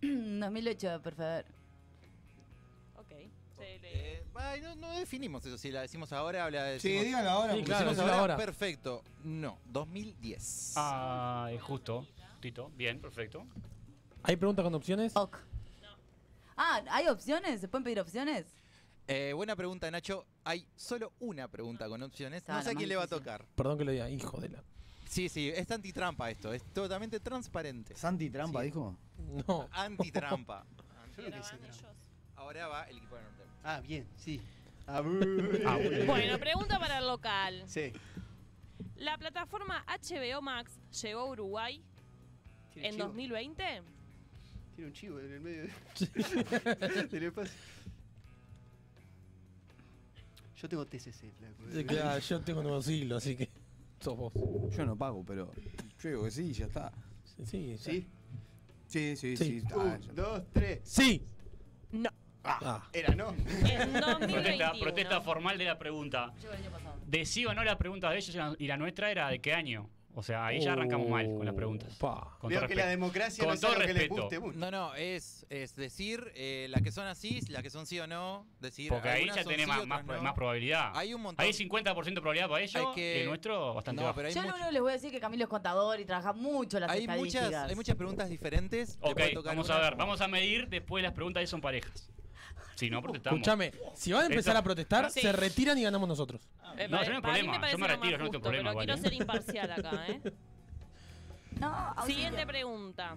2008, por favor. Ok. Se le- Eh, ay, no, no definimos eso. Si la decimos ahora, habla de. Sí, díganlo ahora. Sí, porque claro, si no decilo ahora. Perfecto. No, 2010. Ah, justo. Tito, bien, perfecto. ¿Hay preguntas con opciones? Ok. Ah, ¿hay opciones? ¿Se pueden pedir opciones? Eh, buena pregunta, Nacho. Hay solo una pregunta con opciones. No Claro, sé a más quién le va a difícil. tocar. Perdón que lo diga, hijo de la. Sí, sí, es antitrampa esto. Es totalmente transparente. Santi Trampa Sí. dijo. No. Antitrampa. yo no le hice nada. Ahora va el equipo de Norte. Ah, bien, sí. Ah, Bueno, pregunta para el local. Sí. ¿La plataforma HBO Max llegó a Uruguay Tiene en chivo. 2020? Tiene un chivo en el medio de- del espacio. Yo tengo TCC, flaco. Eh, Sí, claro, yo tengo nuevo siglo, así que. sos vos. Yo no pago, pero yo digo que sí, ya está. Sí, sí. Sí, sí, sí. Sí. Ah, ya- Un, dos, tres. Sí. No. Ah. Era no. Protesta, protesta formal de la pregunta. De sí o no las preguntas de ellos y la- y la nuestra era de qué año. O sea, ahí ya arrancamos mal con las preguntas. Con todo respeto. con todo respeto. No, no, es, es decir, eh, las que son así, las que son sí o no, decir. Porque ahí algunas ya son tenés sí, más, otras más, no. más probabilidad. Hay un montón. Hay 50% de probabilidad para ellos Hay que- y el nuestro bastante No, bajo. pero hay Yo lo único que les voy a decir que Camilo es contador y trabaja mucho las Hay estadísticas. muchas, hay muchas preguntas diferentes. te Ok, puede tocar vamos a una ver, como- vamos a medir después las preguntas que son parejas. Si no, protestamos. Escúchame, si van a empezar Esto- a protestar, Sí. se retiran y ganamos nosotros. Eh, pare- No, yo no hay para mí me problema, yo parece me lo retiro, más yo no tengo justo, problema, Pero quiero vale. ser imparcial acá, ¿eh? Siguiente pregunta.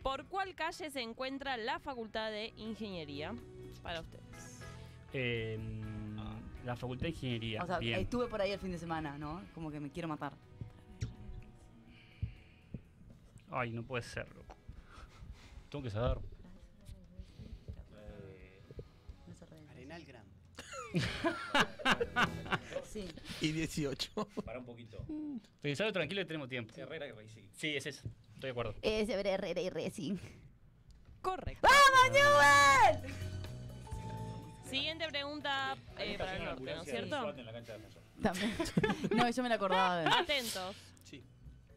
¿Por cuál calle se encuentra la Facultad de Ingeniería para ustedes? Eh, la Facultad de Ingeniería. O sea, bien. estuve por ahí el fin de semana, ¿no? Como que me quiero matar. Ay, no puede ser, loco. Tengo que saber. Eh, Arenal Grande. Sí. Y 18. Para un poquito. Pensalo tranquilo que tenemos tiempo. Herrera y Racing. Sí, es eso. Estoy de acuerdo. Eh, Es Herrera y Racing. Correcto. ¡Ah! ¡Vamos, Newell! Siguiente pregunta eh, para el norte, ¿no es cierto? También. No, yo me la acordaba de. Atentos.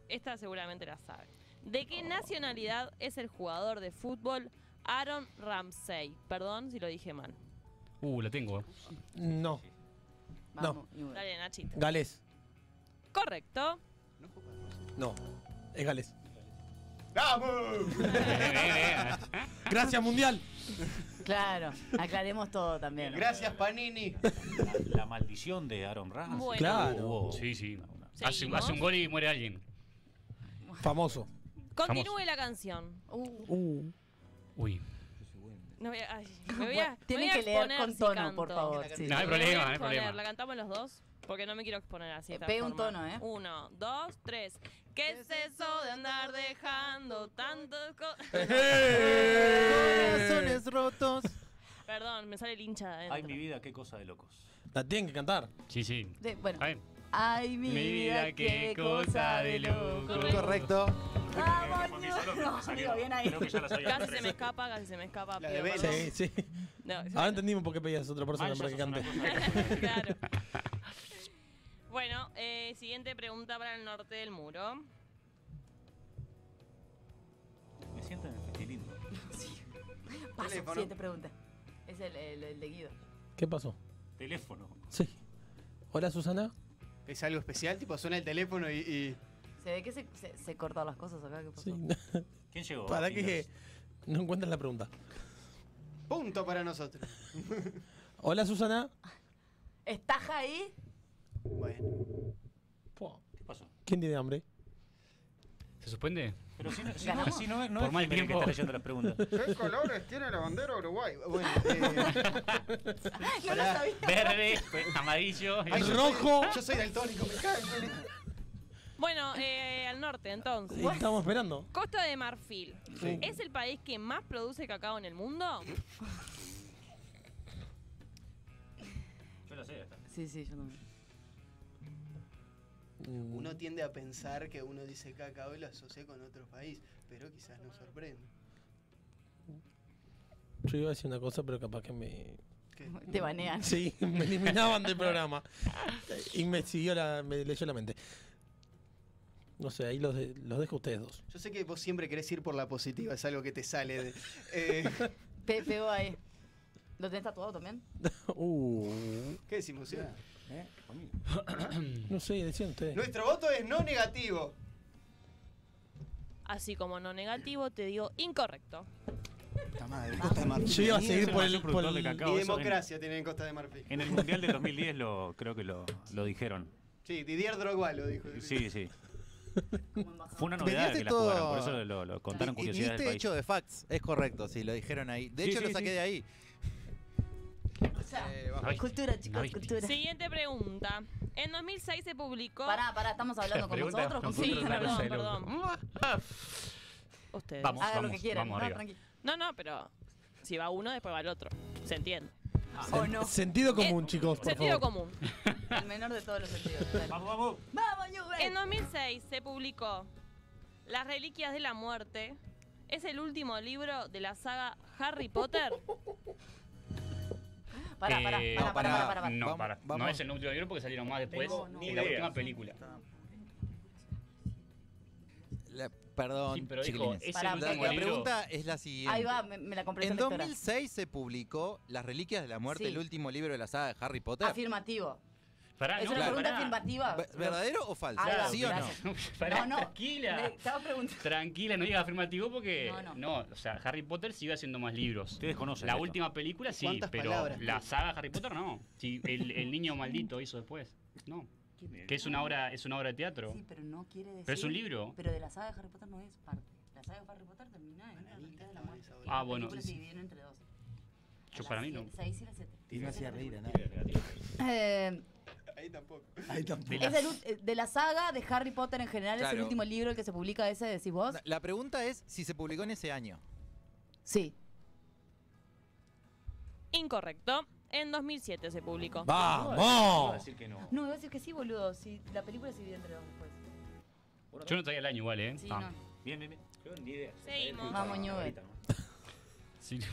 Esta seguramente la sabe. ¿De qué nacionalidad es el jugador de fútbol Aaron Ramsey? Perdón si lo dije mal. Uh, la tengo. eh. No. No. Dale, Nachito. Gales. Correcto. No. Es Gales. ¡Vamos! Eh, Gracias, Mundial. Claro, aclaremos todo también. Gracias, Panini. La maldición de Aaron Ramsey. Bueno. Claro. Sí, sí. Hace, Seguimos. hace un gol y muere alguien. Famoso. Continúe la canción. Uh, Uh. Uy. No voy a- ay, me voy a- Bueno, tienen me voy a que leer exponer con si tono, canto. por favor, sí. No Me voy a hay problema, no hay exponer. problema. La cantamos los dos porque no me quiero exponer así. de Eh, esta pegue un forma. tono, ¿eh? Uno, dos, tres. ¿Qué es eso de andar dejando tantas cosas? Corazones rotos. Perdón, me sale el hincha de adentro. Ay, mi vida, qué cosa de locos. La tienen que cantar. Sí, sí. Sí, bueno. Ay. Ay, mi, Mi vida, vida, qué qué cosa cosa de de loco. loco. Correcto. Vamos, Newell. Amigo, bien ahí. Casi se me escapa, casi se me escapa. La pido de perdón. Sí, sí. Ah, No, Ahora entendimos por qué pedías a otra persona Mal, para ya que cante. claro. Bueno, eh, siguiente pregunta para el norte del muro. Me siento en el festilindo. Paso, Teléfono. siguiente pregunta. Es el, el- el de Guido. ¿Qué pasó? Teléfono. Sí. Hola, Susana. ¿Es algo especial? Tipo, suena el teléfono y. y- Se ve que se, se, se cortaron las cosas acá. ¿Qué pasó? Sí. ¿Quién llegó? ¿Para Fingers? qué? No encuentras la pregunta. Punto para nosotros. Hola, Susana. ¿Estás ahí? Bueno. ¿Qué pasó? ¿Quién tiene hambre? ¿Se suspende? Pero si no, si no, ¿Ganamos? si no, no Por es mal Jiménez que tiempo. está leyendo las preguntas. ¿Qué colores tiene la bandera Uruguay? Bueno, eh, No lo Pará. sabía. Verde, amarillo. ay, yo Rojo. soy- Yo soy daltónico, me cago en el- Bueno, eh, al norte entonces. Sí, Estábamos esperando. Costa de Marfil. ¿Es el país que más produce cacao en el mundo? Yo la sé, ya está. Sí, sí, yo también. Mm, Uno tiende a pensar que uno dice cacao y lo asocia con otro país, pero quizás nos sorprende. Yo iba a decir una cosa, pero capaz que me. ¿Qué? Te banean. Sí, me eliminaban del programa. Y me siguió la. me leyó la mente. No sé, ahí los, de- los dejo a ustedes dos. Yo sé que vos siempre querés ir por la positiva, es algo que te sale de. eh, Pe- pegó ahí. ¿Lo tenés tatuado también? Uh, ¿Qué decimos? Iván? ¿Eh? A mí. no sé, decían ustedes. Nuestro voto es no negativo. Así como no negativo, te digo incorrecto. Puta madre, Costa de Marfil. Yo iba a seguir Ese por nació el. productor por de el- cacao, y eso en- democracia tienen en Costa de Marfil. En, el Mundial del 2010 lo, creo que lo, lo dijeron. Sí, Didier Drogba lo dijo. Sí, sí. Fue una Me novedad diste que la todo- jugaron, por eso lo, lo contaron Y- y curiosidades del viniste país. hecho de facts, es correcto, sí, lo dijeron ahí. De Sí, hecho, sí, lo saqué sí. de ahí. O sea, Eh, bajo. Ay, cultura, chicos, ay. cultura. Siguiente pregunta. En 2006 se publicó. Pará, pará, estamos hablando con Pregunta, nosotros. con Sí, nosotros, una perdón, cosa de perdón. loco. Ustedes. Vamos, Haga lo que vamos, quieran. vamos no, arriba. tranqui. No, no, pero si va uno, después va el otro. Se entiende. Ah, O no. Sentido común, Ah, Eh, chicos, por Sentido favor. común. El menor de todos los sentidos. Vamos, vamos. Vamos, New Wave. En 2006 se publicó Las Reliquias de la Muerte. Es el último libro de la saga Harry Potter. Pará, pará, Eh, pará, pará, pará, pará. No, Vamos, pará. vamos. No es el último libro porque salieron más después Tengo en ni la idea. última película. La- perdón, Sí, pero dijo, chiquilines. es el Pará, último la, la libro. pregunta es la siguiente. Ahí va, me, me la compré En lectora. 2006 se publicó Las Reliquias de la Muerte, Sí. el último libro de la saga de Harry Potter. Afirmativo. Pará, es no, una pará. pregunta afirmativa. Ve- ¿Verdadero o falso? Ahí va, ¿Sí o no? gracias. No, Pará, no. Le tranquila. estaba preguntando. Tranquila, no digas afirmativo porque. No, No, no. o sea, Harry Potter sigue haciendo más libros. Ustedes conocen La esto. última película sí, ¿Cuántas pero palabras? la saga Harry Potter no. Sí, el, el niño maldito hizo después. No. Que es una obra, es una obra de teatro. Sí, pero no quiere decir. Pero es un libro. Pero de la saga de Harry Potter no es parte. La saga de Harry Potter termina en la mitad de la muerte. Ah, bueno. Las películas se dividieron entre dos. Yo para mí no. 6 y las 7. Y no hacía reír a Eh, Ahí tampoco. Ahí tampoco. es el ul- eh, de la saga de Harry Potter en general es el Claro. último libro el que se publica ese, decís vos. La pregunta es si se publicó en ese año. Sí. Incorrecto. En 2007 se publicó. Vamos. decir que no. No, iba a decir que sí, boludo. Si la película se divide entre dos después. Yo no traía el año igual, ¿eh? Sí, Ah. no. Bien, bien, bien. Creo ni idea. Seguimos. Vamos, Newell. Ahorita, ¿no? Sí. Yo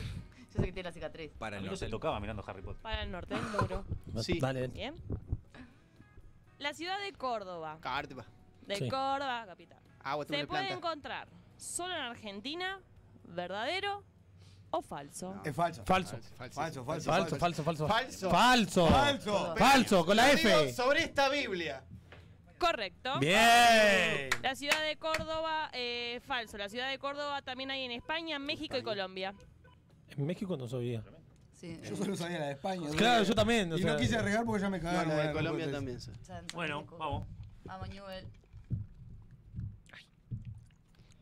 sé que tiene la cicatriz. Para A el mí no se norte. tocaba mirando Harry Potter. Para el norte del muro. Sí. Dale. Bien. La ciudad de Córdoba. Cartba. De Sí. Córdoba, capital. Ah, vos Se tenés puede planta. encontrar solo en Argentina, verdadero o falso. Es falso. Falso. Falso, falso, Falso, falso, Falso. falso. Falso. Falso. Falso, con la Yo digo F. Sobre esta Biblia. Correcto. Bien. La ciudad de Córdoba, eh, falso. La ciudad de Córdoba también hay en España, México y Colombia. En México no sabía. Sí. Yo solo sabía la de España. Claro, yo también. o Y no sea, quise arreglar porque ya me No, cagaron. la de con la Colombia respuesta. también. sí. Santo Bueno, Nico. vamos. Vamos, Newell.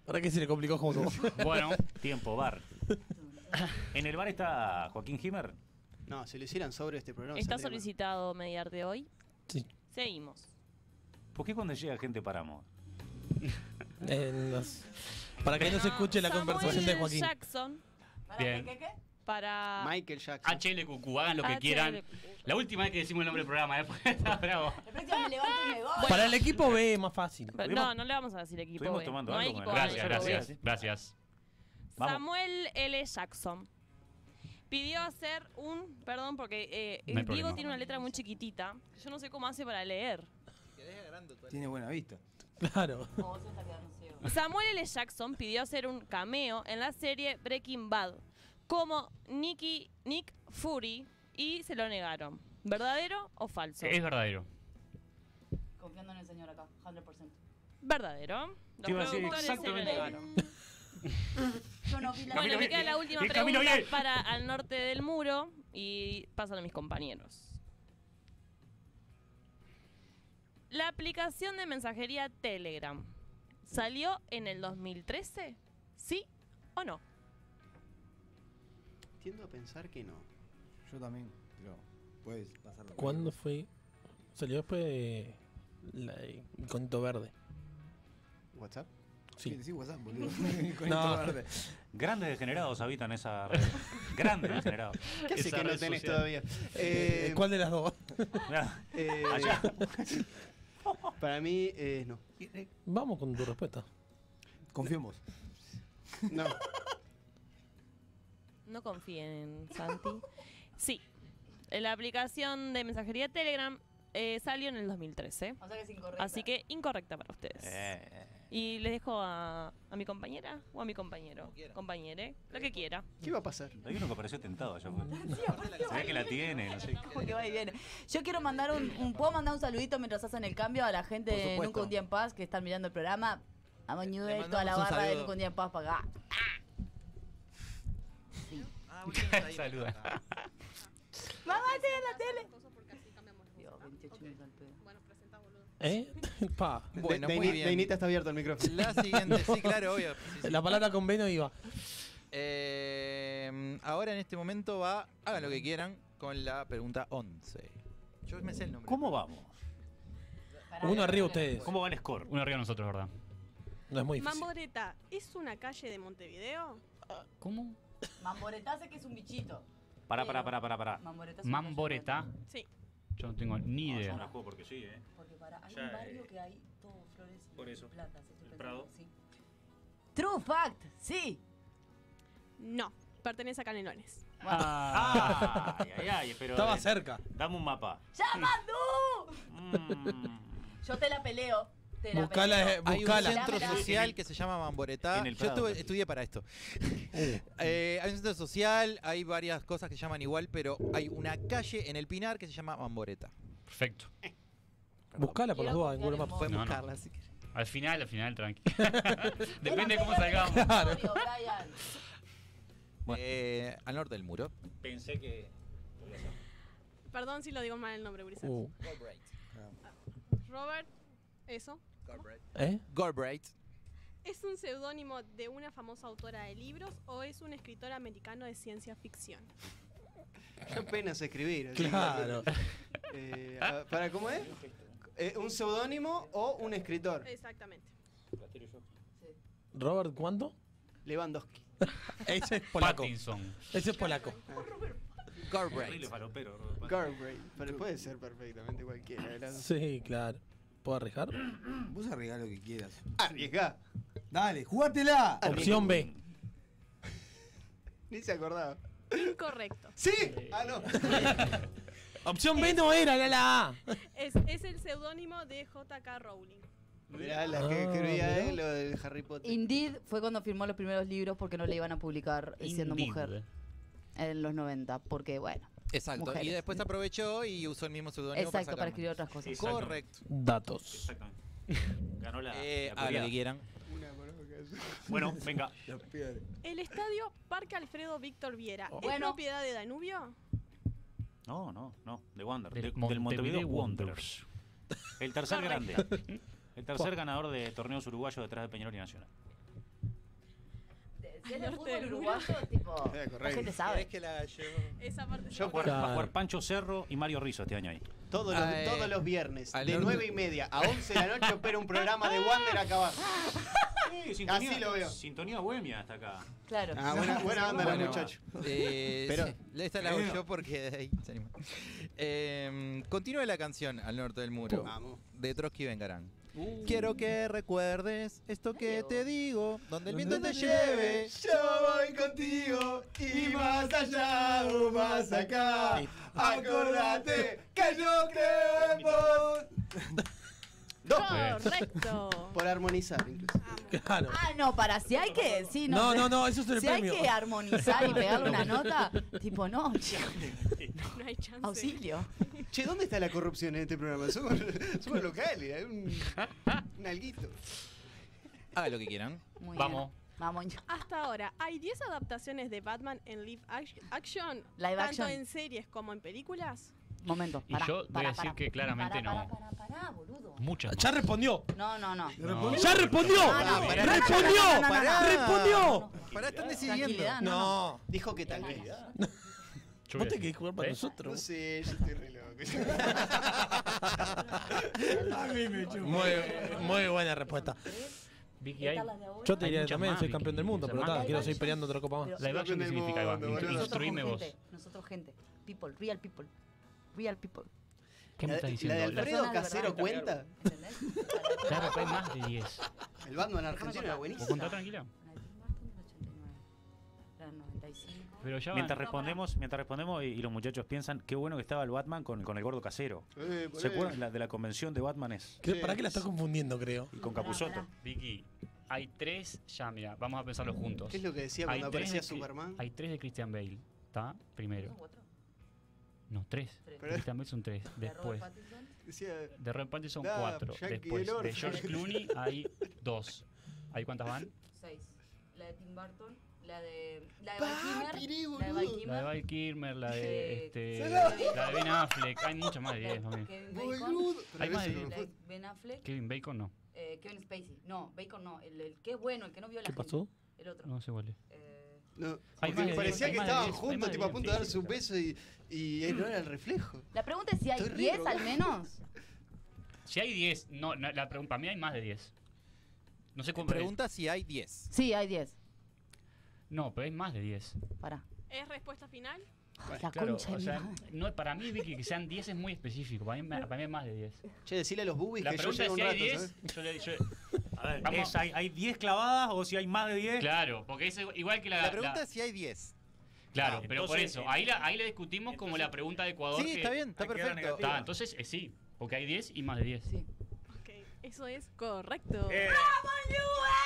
¿Para qué se le complicó como todo? Bueno, Tiempo, bar. ¿En el bar está Joaquín Himer? No, si lo hicieran sobre este programa. Está saldría mal. solicitado mediarte hoy. Sí. Seguimos. ¿Por qué cuando llega gente paramos? En los- Eh, Para que no se escuche la Ah, Samuel conversación de Joaquín. Jackson Pará, Bien. ¿qué, qué, qué? para Michael Jackson. HLQQ, hagan lo que quieran. La última vez que decimos el nombre del programa, ¿eh? Porque está bravo. La próxima me levanto y me voy. Para el equipo B es más fácil. No, no le vamos a decir equipo. estuvimos B. tomando no algo hay con equipo el- B, yo Gracias, lo voy a gracias, gracias. Vamos. Samuel L. Jackson pidió hacer un, perdón, porque eh, No Diego hay problema. tiene una letra muy chiquitita. que Yo no sé cómo hace para leer. Tiene buena vista. Claro. Vos se está quedando ciego. Samuel L. Jackson pidió hacer un cameo en la serie Breaking Bad como Nicky Nick Fury y se lo negaron. ¿Verdadero o falso? Es verdadero. Confiando en el señor acá, 100%. Verdadero. Te iba a Los decir productores se lo exactamente. negaron. Yo no vi la Bueno, Camilo, me queda la última bien, Camilo, pregunta bien. para al norte del muro y pasan a mis compañeros. La aplicación de mensajería Telegram salió en el 2013, ¿sí o no? Tiendo a pensar que no. Yo también. Pero puedes pasarlo. ¿Cuándo fue? Salió después de. La, el conito verde. ¿WhatsApp? Sí, Sí. sí, WhatsApp, boludo. Con No. esto verde. Grandes degenerados habitan esa red. Grandes degenerados. ¿Qué hace Esa que no red tenés social. todavía? Eh, ¿Cuál de las dos? Mirá, eh, Allá. para mí, eh, no. Vamos con tu respuesta. Confío en vos. No. No confíen en Santi. Sí, la aplicación de mensajería Telegram eh, salió en el 2013, O sea que es incorrecto. así que incorrecta para ustedes. Eh, Y les dejo a, a mi compañera o a mi compañero, compañere, lo que quiera. ¿Qué va a pasar? hay uno que apareció tentado allá afuera. Ah, Sí, aparte Se ve que la tiene, no sé. como que va y viene. Yo quiero mandar un, un- ¿Puedo mandar un saludito mientras hacen el cambio a la gente Por de supuesto. Nunca un Día en Paz que están mirando el programa? A Le Mañuel, mandamos toda la un barra de saludo. Nunca un Día en Paz para acá. Ah, Saluda. ¡Mamá, estoy en la tele! Dios, 28 minutos al pedo. Bueno, presenta, boludo. ¿Eh? Pa. Bueno, De- muy Deini- bien. Deinita está abierto el micrófono. La siguiente, sí, claro, obvio. Sí, sí. La palabra convenio iba. Eh, ahora en este momento va, hagan lo que quieran, con la pregunta 11. Yo me sé el nombre. ¿Cómo vamos? Uno arriba ustedes. ¿Cómo va el score? Uno arriba de nosotros, ¿verdad? No es muy difícil. Mamboreta, ¿es una calle de Montevideo? ¿Cómo? Mamboretá sé que es un bichito. Pará, pará, pará, pará, pará. Mamboretá. es una calle de Mamboreta. Montevideo. Sí. Yo no tengo ni No, yo idea. no la juego porque sí, ¿eh? Porque para, hay Ya, un barrio eh, que hay todo flores y este Por eso. plantas. estoy El pensando, Prado. sí. True fact, sí. No, pertenece a Canelones. Ah, ay, ay, ay, pero Estaba eh, cerca. Dame un mapa. ¡Ya mandó! Yo te la peleo. Te la Buscala, eh, peleo. buscala. Te Hay la un centro peleo. social que se llama Mamboretá. En el Yo Prado estuve- también. estudié para esto. Eh, hay un centro social, hay varias cosas que se llaman igual, pero hay una calle en el Pinar que se llama Mamboretá. Perfecto. Buscala por las dudas en Google Maps. Pueden No, no. buscarla si quieren. Al final, al final, tranqui. Depende de cómo salgamos. Claro. Brian. Eh, al norte del muro. Pensé que. Perdón si lo digo mal el nombre, Grisel. Uh, Robert, eso. ¿Eh? Gorbright. ¿Es un seudónimo de una famosa autora de libros o es un escritor americano de ciencia ficción? Yo apenas escribir. así que- Claro. Eh, a- ¿Para cómo es? Eh, ¿Un seudónimo o un escritor? Exactamente. ¿Robert cuánto? Lewandowski. Ese es polaco. Pattinson. Ese es polaco. Horrible Gorbright. falopero. Garbraith. Pero puede ser perfectamente cualquiera. de las dos. Sí, claro. ¿Puedo arriesgar? Vos arriesgá lo que quieras. Ah, Arriesgá. Dale, jugátela. Opción B. Ni se acordaba. Incorrecto. ¡Sí! Ah, no. Opción B no era, era la A. Es, es el seudónimo de J.K. Rowling. Mirá la que Ah, escribía mirá. él, lo del Harry Potter. Indeed fue cuando firmó los primeros libros porque no le iban a publicar eh, siendo Indeed. mujer en los 90. Porque, bueno, Exacto. Y Mujeres. después aprovechó y usó el mismo seudónimo exacto, para para escribir sacar otras más. cosas. Sí. Exacto. Correcto. Datos. Exactamente. Ganó la. Eh, la hagan lo culiada. que quieran. Una bronca. Bueno, venga. El estadio Parque Alfredo Víctor Viera es Bueno. propiedad de Danubio. No, no, no. De Wander. Del Del, del Montevideo Montevideo Wanderers. El tercer grande. Correcto. El tercer ganador de torneos uruguayos detrás de Peñarol y Nacional. Si es de fútbol Norte, uruguayo, tipo, Era la correcto. gente sabe. que la llevo? Esa parte Yo se- por- Va a Claro. jugar Pancho Cerro y Mario Rizzo este año ahí. Todos los, Ah, eh, todos los viernes, al de norte- 9 y media a 11 de la noche, opera un programa de Wander acá abajo. sintonía- Así lo veo. Sintonía bohemia hasta acá. Claro. Ah, buena, buena banda Bueno, los muchachos. Eh, Pero- sí, esta la hago Pero- yo porque ahí se anima. Eh, continúa la canción al norte del muro Vamos. de Trotsky y Vengarán. Quiero que recuerdes esto que te digo, donde el viento te lleve. Yo voy contigo y más allá o más acá. Acordate que yo creo en vos. Dos Correcto. por armonizar, incluso. Claro. Ah, no, para si hay que. Sí, No, sé. no, no, eso es el Si hay premio. que armonizar y pegarle una nota, tipo, no, chico, No hay chance. auxilio. Che, ¿dónde está la corrupción en este programa? Somos, somos locales, hay un, un alguito. Haga lo que quieran. Muy bien. Vamos. Vamos. Hasta ahora, hay 10 adaptaciones de Batman en live ac- action, Live tanto action. en series como en películas. Momento. Y pará, yo voy pará, a decir pará. que claramente Pará, no. Pará, pará, pará, boludo. Muchas. Ya respondió. No, no, no. No. ¡Ya respondió! Ah, no, pará, ¡Respondió! no, no, no, no, no, no. ¡Respondió! Pará, están decidiendo. Tranquilidad, no. no. No. Dijo que tal vez. Yo voy Vos a te decir- querés jugar para ¿Eh? No nosotros. sé, yo estoy re loco. Muy, muy buena respuesta. Vicky, hay- Estas las de ahora. Yo te Hay diría muchas también, más, soy Vicky, campeón del mundo, muchas pero más. está, quiero seguir peleando otra copa más. Pero Live action, ¿qué Campeón del significa? Iván? mundo, boludo. nosotros Instruime con vos. gente, Nosotros gente. People, real people. Real people. ¿Qué me La- estás La de diciendo? Alfredo Personas de Casero verdad. cuenta. ¿Entendés? Claro, que hay más de 10. El Batman argentino era ¿Vos buenísimo. contá tranquila? Era 95. Pero ya van. Mientras respondemos, mientras respondemos y, y los muchachos piensan, qué bueno que estaba el Batman con, con el gordo casero. Eh, ¿Se eh. acuerdan la- de la convención de Batmanes? Creo- ¿Para qué la estás confundiendo, creo? Y con Pará, Capuzoto. pará. Vicky, hay tres. Ya, mira, vamos a pensarlo juntos. ¿Qué es lo que decía Hay cuando tres aparecía de Cri- Superman? Hay tres de Christian Bale. ¿Está? Primero. ¿Dos u otro? No, tres. Tres. De Christian Bale son tres. ¿De Robert Después. Pattinson? eh. Decía, De Robert Pattinson Nah, cuatro. Jackie Después. del Orto. De George Clooney hay dos. ¿Hay cuántas van? Seis. La de Tim Burton. La de. La de Pa, Val piré, Kilmer. La de boludo. Val Kilmer. La de Val Kilmer, la Sí. de. Este, Solo- la de Ben Affleck. Hay muchas más de la de diez también. Kevin Bacon. boludo. Pero Hay más ese de- no La fue. de Ben Affleck. Kevin Bacon no. eh, Kevin Spacey. No, Bacon no. El, el que es bueno, el que no vio a la ¿Qué gente. pasó? El otro. No sé cuál es. Eh, No, porque Hay más de diez, parecía hay que más de estaban diez, hay juntos, más de tipo a diez, punto de sí, darse un beso y, y él no era el reflejo. la pregunta es si hay Estoy re 10 drogado. al menos. Si hay 10, no, no, la pregunta, para mí hay más de 10. No sé cómo. eh, Pregunta si hay 10. Sí, hay 10. No, pero hay más de 10. Pará. ¿Es respuesta final? la Claro, concha de o mi sea, madre. no, para mí, Vicky, que sean 10 es muy específico. Para mí, para mí es más de 10. Che, decirle a los boobies La que yo pregunta llego un es si rato, hay 10. ¿sabes? yo le- yo- A ver, Vamos. es- ¿hay, ¿hay 10 clavadas o si hay más de 10? Claro, porque es igual que la. La pregunta es si hay 10. Claro, Ah, pero por entonces, eso, eh, ahí la, ahí la discutimos como la pregunta de Ecuador. Sí, que- está bien, está Ahí queda perfecto. negativa. Está, entonces, eh, sí, porque hay 10 y más de 10. Ok, eso es correcto. Eh.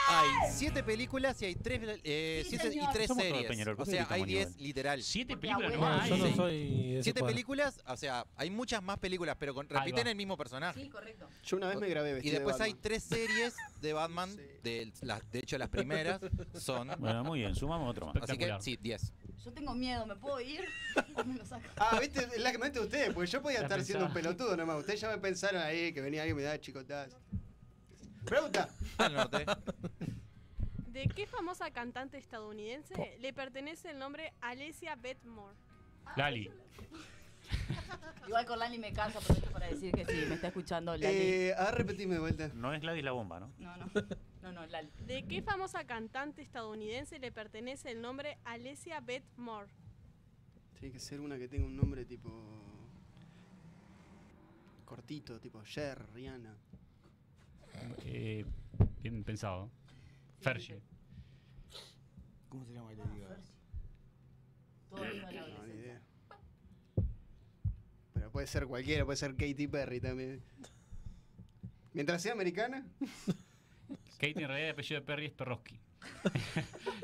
Hay siete películas y hay tres, eh, Sí, siete y señor. tres Somos todos series. Peñarol, ¿por o qué sea, hay gritamos diez, igual? literal. Siete películas nomás hay. yo no soy de ese Siete cuadro. películas, o sea, hay muchas más películas, pero con- repiten va. el mismo personaje. Sí, correcto. Yo una vez me grabé Y vestido Este de después hay Batman. tres series de Batman. De, las- de hecho, las primeras son. Bueno, muy bien, sumamos otro más. Así que sí, 10. Yo tengo miedo, ¿me puedo ir? ¿O me lo saco? Ah, viste, es la que me meten ustedes, porque yo podía La estar siendo un pensaba. pelotudo nomás. Ustedes ya me pensaron ahí que venía alguien y me daba chicotazos. Pregunta. Al norte. ¿De qué famosa cantante estadounidense le pertenece el nombre Alessia Bedmore? Lali. Igual con Lali me caso, aprovecho para decir que sí, me está escuchando Lali. Eh, ah, repetime de vuelta. No es Gladys la bomba, ¿no? No, no. No, no, Lali. ¿De qué famosa cantante estadounidense le pertenece el nombre Alessia Bedmore? Tiene que ser una que tenga un nombre tipo. cortito, tipo Yer, Rihanna. Eh, bien pensado. Fergie. ¿Cómo se llama el digo? Todo el mundo en la No, ni adolescencia. idea. Pero puede ser cualquiera, puede ser Katy Perry también. Mientras sea americana, Katie en realidad el apellido de Perry es Perroski. Eh,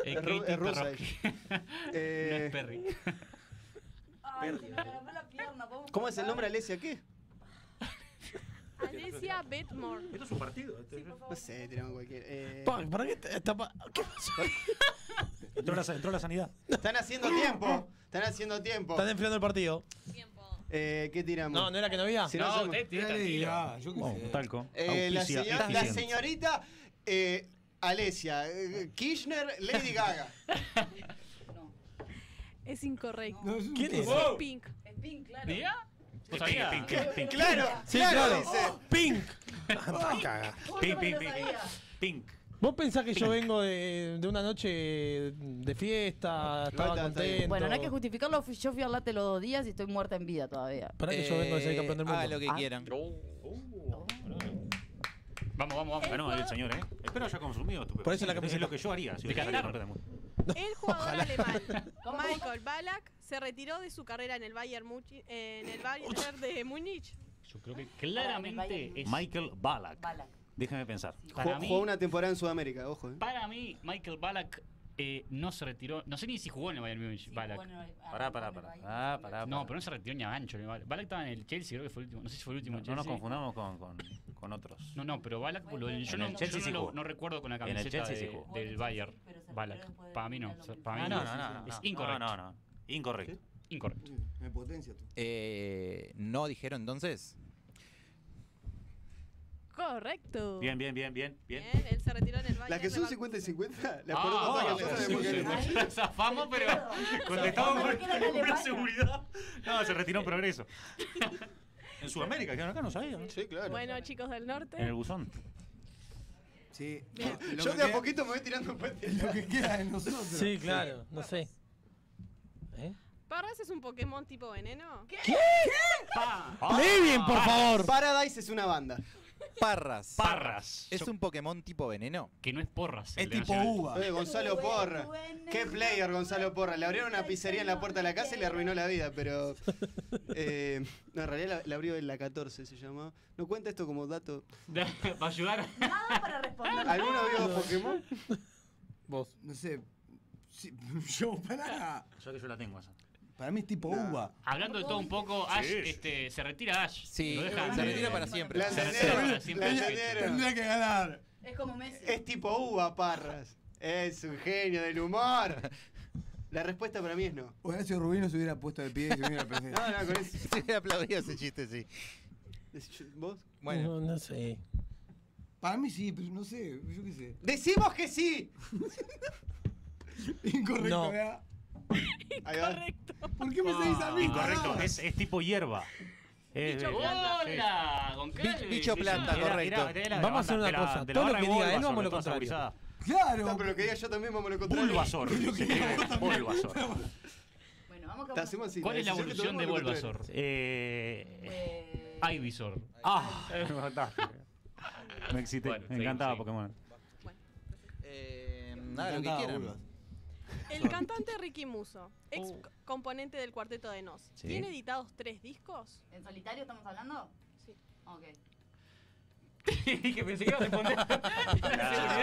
Es ru- Katie es rusa Perroski. no eh, es Perry. Ay, se me agarró la pierna. ¿podemos ¿cómo es el este? cortar? nombre Alesia? ¿Qué? Alessia Bedmore. Esto es un partido. este. No sé, tiramos cualquiera. Eh, Pa, ¿Para qué te- está pa- ¿Qué pasó? Entró la, entró la sanidad. están haciendo tiempo, están haciendo tiempo. Están enfriando el partido. Eh, ¿Qué tiramos? No, no era que no había. Si No, somos- usted tiene tranquilo. Ya, yo qué Oh, sé. talco. Eh, la, Auspicia señora- la eficiente. señorita eh, Alesia, eh, Kirchner, Lady Gaga. Es incorrecto. No, es un- ¿Quién es? Es Wow. Pink. Es Pink, claro. ¿Diga? ¿Vos Pink, sabías? pink, pink, pink. Claro, Sí, claro, claro. dice. Pink. Ah, caga. ¿Cómo Pink, yo pink, no pink, lo pink. sabía? Pink. ¿Vos pensás que yo vengo de, de una noche de fiesta? Estaba está, está bien. contento. Bueno, no hay que justificarlo. fui- Yo fui al late los dos días y estoy muerta en vida todavía. Para que yo vengo de ser campeón del Eh, mundo. hagan lo que Ah. quieran. Vamos, vamos, vamos. Ganó el señor, ¿eh? Espero haya consumido tu Por eso la camiseta. Es lo que yo haría si hubiera salido Decantaron. campeón del mundo. El jugador alemán Michael Ballack se retiró de su carrera en el Bayern, Muchi- en el Bayern de Múnich. Yo creo que claramente es. Michael Ballack. Balak. Déjame pensar. Para Jugó, mí, jugó una temporada en Sudamérica, ojo. eh. para mí, Michael Ballack eh, no se retiró. No sé ni si jugó en el Bayern Munich. Sí, Ballack. bueno, eh, Pará, pará, pará. Ah, pará, No, pero no se retiró ni a gancho. ni a Ballack. Ballack estaba en el Chelsea, creo que fue el último. No sé si fue el último No, Chelsea. no nos confundamos con, con, con otros. No, no, pero Ballack, lo- yo, En no, el Chelsea yo sí no, lo- jugó. no recuerdo con la En el camiseta Chelsea sí de- jugó. del Bayern. Ballack. Para mí no. Ah, Para mí no, no. no, no, no, Es no, incorrecto. No, no, no. Incorrecto. Incorrecto. Me potencia tú. Eh, ¿No dijeron entonces? Correcto. Bien, bien, bien, bien, Bien, bien. él se retiró en el Bayern. Las que son Leverkusen. 50 y 50, las Ah, ah, ah, sí, sí, sí. Zafamos, pero Contestamos Pero con que era la con una alemana. seguridad. No, se retiró en progreso. En Sudamérica, que acá no sabía. Sí, claro. Bueno, chicos del En el norte. buzón. Sí. Bien. Lo Yo que de a queda- poquito me voy tirando un puente. Lo que queda de nosotros. Sí, claro, no sé. ¿Eh? ¿Parras es un Pokémon tipo veneno? ¡Lee bien, por favor! Paradise es una banda. Parras. Parras. ¿Es un Pokémon tipo veneno? Que no es porras. el Es de tipo Nacional. uva. Eh, Gonzalo Porra. Qué player, Gonzalo Porra. Le abrieron una pizzería en la puerta de la casa y le arruinó la vida, pero. eh, no, en realidad la, la abrió en la 14, se llamaba. No cuenta esto como dato. Va a ayudar. Nada para responder. ¿Alguno vio Pokémon? Vos. No sé. Sí, yo, pará. Yo que yo la tengo esa. Para mí es tipo Nah. uva. Hablando de todo un poco, Ash este, se retira Ash. Sí, Lo dejan se de- retira para siempre. La Se entendieron, retira para siempre. la entendieron. Tendría que ganar. Es como Messi. Es tipo uva, Parras. Es un genio del humor. La respuesta para mí es no. Horacio Rubino se hubiera puesto de pie y se hubiera presentado. No, no, con eso. Sí, he aplaudido ese chiste, sí. ¿Vos? No, Bueno, no sé. Para mí sí, pero no sé, yo qué sé. ¡Decimos que sí! Incorrecto, No. ¿verdad? Ahí va. ¿Por qué me seguís a mí? Incorrecto. pará? Es, es tipo hierba. Es- Bicho es- planta. ¡Hola! Con Calvin. bicho planta, era- correcto. era- era de la Vamos a hacer banda- una de la- cosa. de la Todo lo banda que diga él, Bulbasaur, vamos a lo toda esa contrario. gurizada. Claro. No, pero lo que diga yo también, vamos a lo contrario. Bulbasaur. Se escribe Bulbasaur. Bueno, Vamos, Te hacemos así. ¿Cuál es la decisión que evolución de tomamos nosotros. Bulbasaur? Eh. Ivysaur. Ah. Me excité, Bueno, me seguimos, encantaba seguimos. Pokémon. Eh, nada, lo que Encantaba, quieran. Bulbas. El cantante Ricky Muso, ex co- componente del cuarteto de Nos, Sí. ¿tiene editados tres discos? ¿En solitario estamos hablando? Sí. Ok. Dije, pensé que iba a responder.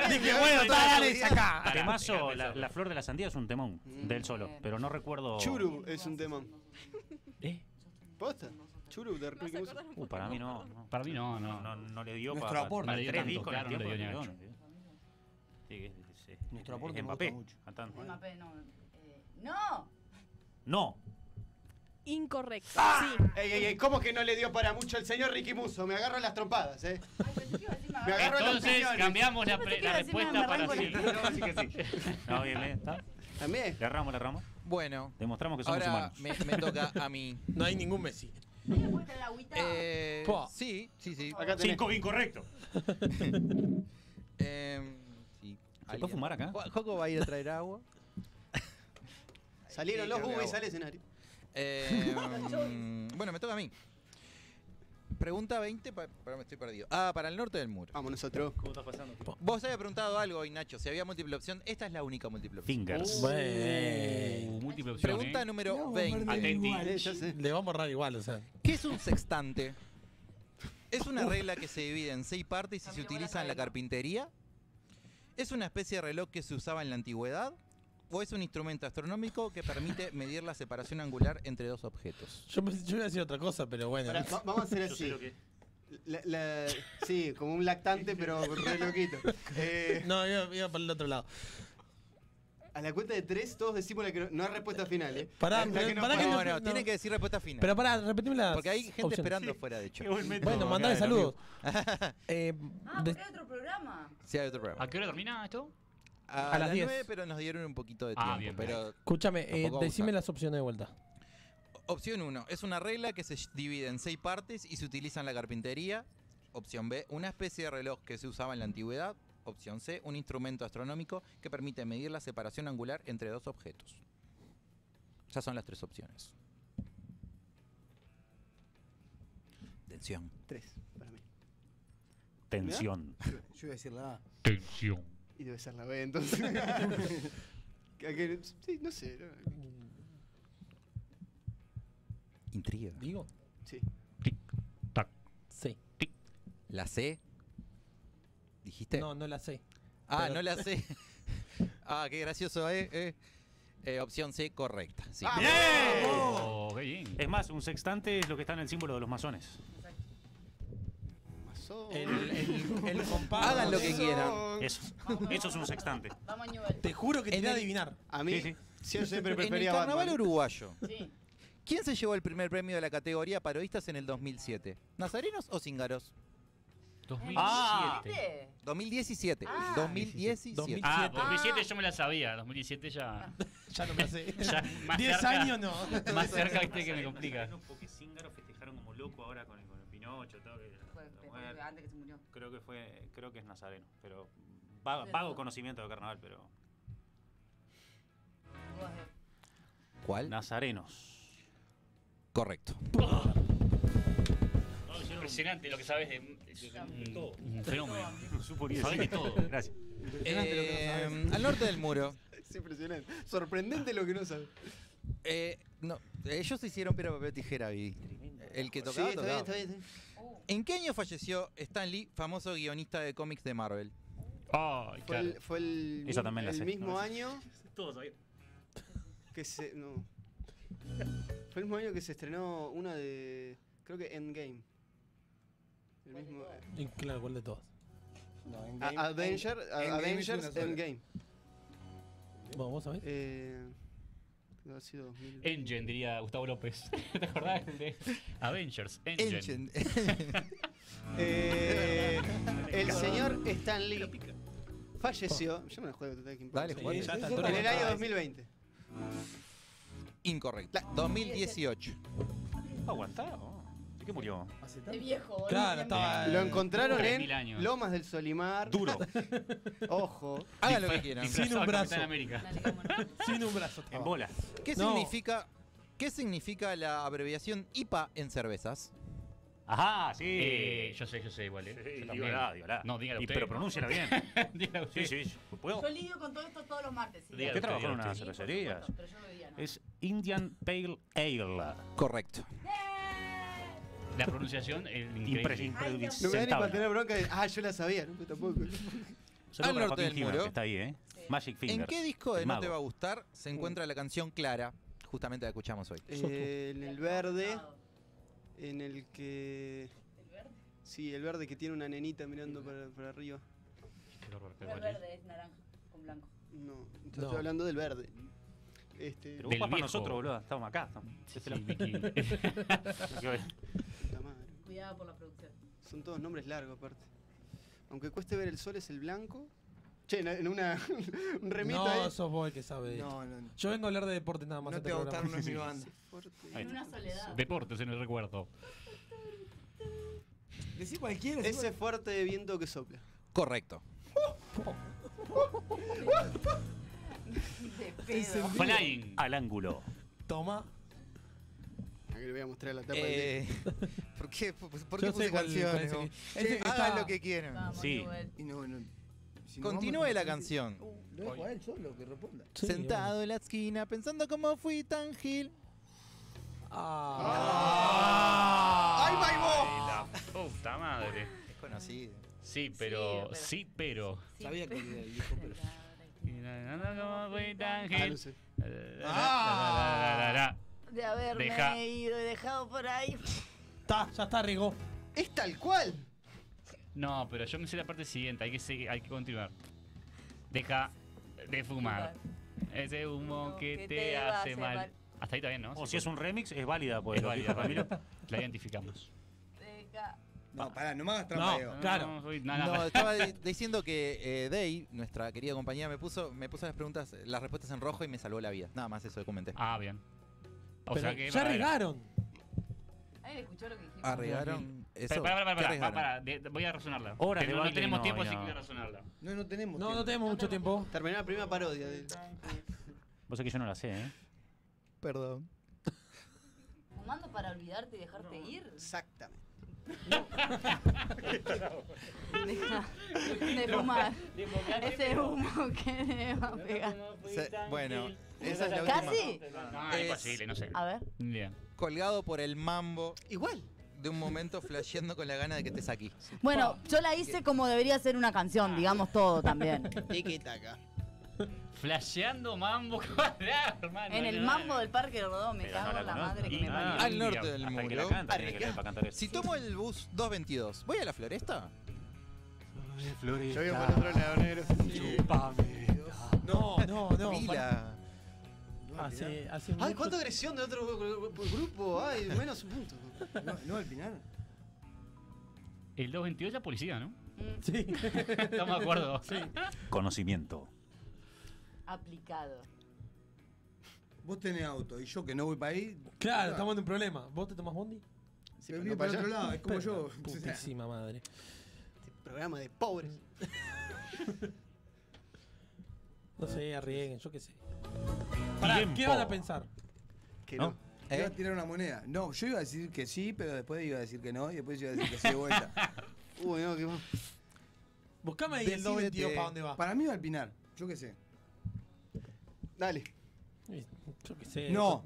Dije, bueno, dale, saca. Temazo, Déjame la, solo. la flor de la sandía es un temón Mm. del solo, pero no recuerdo. Churu es un tema. ¿Eh? ¿Posta? Churu de Ricky Musso. Uh, para mí no. no. Para mí no, no. No, no le dio Nuestro para, aporte. para No le dio tres tanto, discos claro, en no el le tiempo. dio que ni le dieron. Sí, que es- es- es- Nuestro es aporte me Mbappé, gusta mucho. cantante. El mapé no. eh, ¡No! No, Incorrecto. Ah. ¡Ah! Ey, ey, ey, ¿cómo que no le dio para mucho el señor Ricky Musso? Me agarro las trompadas, eh. Me agarro las Entonces piñones. cambiamos la, Yo pensé pre- que iba la a decir, me respuesta para arranco sí. la- No, sí que sí. no, bien, bien, está. También. Le erramos, le erramos. Bueno. Demostramos que somos Ahora humanos. me, me toca a mí. No hay ningún Messi. Eh, Po. sí, sí, sí. Acá tenés. Cinco incorrecto. Em, sí. ¿Se puede fumar acá? Jo- Joco va a ir a traer agua. Salieron Sí, los creo que bubis agua. al escenario. Eh, mm, bueno, me toca a mí. Pregunta 20, pa- pará, me estoy perdido. Ah, para el norte del muro. Vamos nosotros. ¿Cómo estás pasando? Vos habías preguntado algo hoy, Nacho, si había múltiple opción. Esta es la única múltiple opción. Uh, Fingers. Bueno. Múltiple opción. Pregunta eh. número No, 20. perdí Atenti. igual. Eh, ya sé. Le vamos a errar igual, o sea. ¿Qué es un sextante? ¿Es una regla que se divide en seis partes y se utiliza en la carpintería? ¿Es una especie de reloj que se usaba en la antigüedad? ¿O es un instrumento astronómico que permite medir la separación angular entre dos objetos? Yo, pensé- yo iba a decir otra cosa, pero bueno. Pará, va- vamos a hacer Yo sé así. lo que es. La- la- sí, como un lactante, pero re loquito. Eh, No, iba, iba para el otro lado. a la cuenta de tres, todos decimos la que no, no hay respuesta final. Eh. Pará, La- la pero- que nos pará pasa. No, que no, no- tienen que decir respuesta final. Pero pará, repetime las porque hay gente opciones. esperando fuera, de hecho. Qué buen método. Bueno, mandale Claro, saludos. Eh, Ah, de- porque hay otro programa. Sí, hay otro programa. ¿A qué hora termina esto? A, a las 10. nueve, pero nos dieron un poquito de tiempo. Ah, bien, pero escúchame, eh, Tampoco decime abusar. las opciones de vuelta. Opción 1. Es una regla que se divide en seis partes y se utiliza en la carpintería. Opción B. Una especie de reloj que se usaba en la antigüedad. Opción C. Un instrumento astronómico que permite medir la separación angular entre dos objetos. Ya son las tres opciones. Atención. Tres, para mí. Tensión. Yo iba a decir la A. Tensión. Y debe ser la B, entonces. Que- que- sí, no sé. no- Intriga. ¿Digo? sí. Sí. ¿La C? ¿Dijiste? No, no la sé. ah, pero- no la C. ah, qué gracioso, ¿eh? eh. Eh, opción C, correcta. Sí. Oh, qué bien. Es más, un sextante es lo que está en el símbolo de los masones. Masón. El, el, el compás. Hagan lo que Masón. quieran. Eso. Eso es un sextante. Vamos, Newell. Te juro que te voy a adivinar. A mí, Sí, sí. yo siempre En el prefería carnaval Batman. uruguayo. Sí. ¿Quién se llevó el primer premio de la categoría parodistas en el 2007? ¿Nazarenos o Cíngaros? 2007. Ah. ¿Viste? 2017. Ah. 2017. 2000. Ah, 2007 yo me la sabía. 2017 ya. Ya no me sé. ya más 10 cerca- años no. Más cerca viste que me complica. Porque Zíngaro festejaron como loco ahora con el, con el Pinocho. todo que- Fue- la fue- mujer. fue antes que se murió. Creo que fue, creo que es Nazareno, pero va- vago conocimiento de carnaval, pero Vos, eh. ¿Cuál? Nazarenos. Correcto. Impresionante lo que sabes de. Un fenómeno. Supo que Sabés de todo. Gracias. Eh, al norte del muro. Es impresionante. Sorprendente lo que no sabe. Eh, no, ellos hicieron piedra, papel, tijera. Y el que Sí, tocaba, está bien, tocaba. está bien. está bien. Uh, ¿En qué año falleció Stan Lee, famoso guionista de cómics de Marvel? Ay, Fue claro. el, fue el, Esa mi- también la el sé, mismo no la sé. año Todos ahí. que se. No. Fue el mismo año que se estrenó una de. Creo que Endgame. El ¿Cuál de mismo. todas? Y claro, ¿cuál de todas? No, en A- game- Avenger, en- a- en game es una Avengers sola. Endgame. Bueno, vos sabés. Eh, no, ha sido 2000. Engine, diría Gustavo López. ¿Te acordás de Avengers? Engine. Engine. Eh, el señor Stan Lee falleció. Yo me la juego total que importa. Dale, Sí, Juan. ya está, En el está. año 2020. Incorrecto. 2018. Aguantá. oh. ¿De qué murió? Hace de tanto. viejo, boludo. Claro, Bien estaba. Lo encontraron 3.000 en años. Lomas del Solimar. Duro. Ojo. Hagan lo que quieran. Sin un brazo. En América. Dale, cómo no. Sin un brazo. En estaba. bola. ¿Qué No. significa ¿Qué significa la abreviación IPA en cervezas? Ajá, sí. yo sé, yo sé igual, ¿eh? Yo también. dígala, dígala. No, dígalo Y- usted. pero pronúnciala bien. dígalo usted. Sí, sí. ¿Puedo? Yo lidio con todo esto todos los martes. ¿sí? Usted trabajó en una cervecería. Es Indian Pale Ale. Correcto. La pronunciación es Impres- increíble. impredis- No me da ni para sentable. tener bronca de, ah, yo la sabía, nunca tampoco. Saludo Al para norte Joaquín del Gimeno, muro. que está ahí, ¿eh? Magic Fingers. ¿En qué disco de El No mago. Te Va a Gustar se encuentra la canción Clara? Justamente la escuchamos hoy. Eh, en el verde, en el que... ¿El verde? Sí, el verde que tiene una nenita mirando para, para arriba. No es verde, es naranja con blanco. No, yo No. estoy hablando del verde. Este, Pero vos vas para nosotros, boludo. Estamos acá. estamos- sí, Vicky. Puta madre. Cuidado por la producción. Son todos nombres largos, aparte. Aunque cueste ver el sol, es el blanco. Che, en- en una, un remito no, eh. ahí. sos vos el que sabe. No, esto. no. Yo vengo a hablar de deporte nada más. No en este te va a gustar, programa. no es mi banda. Ahí En está. una soledad. Deportes en el recuerdo. Decí cualquiera. Ese fuerte de viento que sopla. Correcto. De pedo. Flying. Al ángulo. Toma. Acá le voy a mostrar la tapa Eh, del ¿Por qué, por, por Yo sé qué puse cuál canciones? parece vos? que- ese Che, que hagan está- lo que quieran. Sí. Y no, no. si nos Continúe vamos- la canción. Uh, Lo dejo a él solo, que responda. Sentado en la esquina pensando cómo fui tan gil. ¡Ay, Ay, la puta madre. Es conocido. Sí, pero. Sí, pero. Sabía que era el viejo, pero. Ah, no sé. De haberme Deja. ido y dejado por ahí. Está, ya está, Rigo. Es tal cual. No, pero yo me sé la parte siguiente. Hay que, seguir, hay que continuar. Deja de fumar. Ese humo que, te, hace mal. Hasta ahí está bien, ¿no? O si es un remix, es válida, pues. Es lo que válida, dijo Ramiro. La identificamos. Deja. No, pará, no me hagas trampa, Diego. Claro. No, soy- no, no. No, estaba di- diciendo que eh, Day, nuestra querida compañera, me puso, me puso las preguntas, las respuestas en rojo y me salvó la vida. Nada más eso comenté. Ah, bien. O Pero sea que. ya para- arriesgaron. ¿Alguien escuchó lo que dijimos? Arreglaron eso. Para, para, ¿Qué para, para, arriesgaron? para, de- de- voy a razonarla. Horas Que de no, no baile, tenemos no, tiempo, y así que no. voy a razonarla. No, no tenemos. No, no tiempo. tenemos mucho tiempo. Terminé la primera parodia de Vos sabés que yo no la sé, ¿eh? Perdón. ¿Fumando para olvidarte y dejarte ir? Exactamente. Deja de fumar. Ese humo que me va a pegar. Se- bueno, esa es la última. ¿Casi? No, Es- es imposible, no sé. A ver. Bien. Colgado por el mambo Igual. de un momento flasheando con la gana de que estés aquí. Bueno, yo la hice como debería ser una canción, digamos todo también. Tiki taca. Flasheando mambo cuadrado, hermano. En el mambo del Parque Rodó me Pero cago no la en la conozco. madre que Y me nada. parió. Al norte del Hasta que muro. la canta, tiene que Arriesgá. leer para cantar eso. Si tomo el bus 222, ¿voy a la floresta? Yo vivo para otro lado negro. No, no, no. Pila. pará. Hace, Eh, hace Ay, mucho- cuánta agresión de otro gru- gru- grupo. Ay, menos un punto. No, no, al final. El 222 es la policía, ¿no? Mm, Sí. Estamos de acuerdo. Conocimiento. Aplicado. Vos tenés auto y yo que no voy para ahí. Claro, estamos en un problema. ¿Vos te tomás bondi? me pero vivo no para para otro allá. lado, es como Pero, yo. O sea, Putísima madre. Programa de pobres. No sé, arriesguen, yo qué sé. Pará, ¿qué Tiempo. van a pensar? Que ¿No? no. Te ¿Eh? ¿Eh? iba a tirar una moneda. No, yo iba a decir que sí, pero después iba a decir que no y después iba a decir que sí de vuelta. Uy, no, que va. Buscame ahí el Decídete. 222 para dónde va. Para mí va al pinar, yo qué sé. Dale. Yo qué sé. No.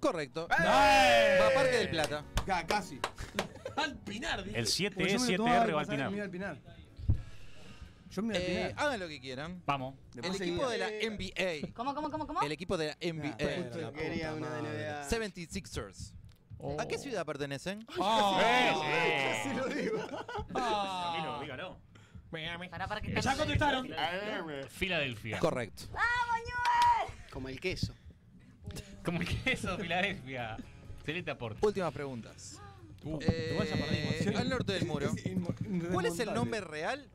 Correcto. ¡Eh! Va a Parque del Plata. Ca- casi. Al Pinar, dije. El Porque yo me lo 7E, tomaba 7R va al pasaje, me iba final. al pinar. Yo me iba al Eh, pinar. hagan lo que quieran. Vamos. El Después equipo seguía. de la Eh, NBA. ¿Cómo, cómo, cómo, cómo? El equipo de la Pero NBA. la puta Quería una de madre. NBA. 76ers. ¿A qué ciudad pertenecen? Ah, Oh, eh. Sí, sí. Camilo, ah. dígalo. Miami. Para, para que Eh, Ya contestaron. Filadelfia. Correcto. Como el queso. Como el queso, Filadelfia. Excelente aporte. Últimas preguntas. Uh, Eh, te vas a perder emoción. al norte del muro. Inmo- ¿Cuál es el irremontable. nombre real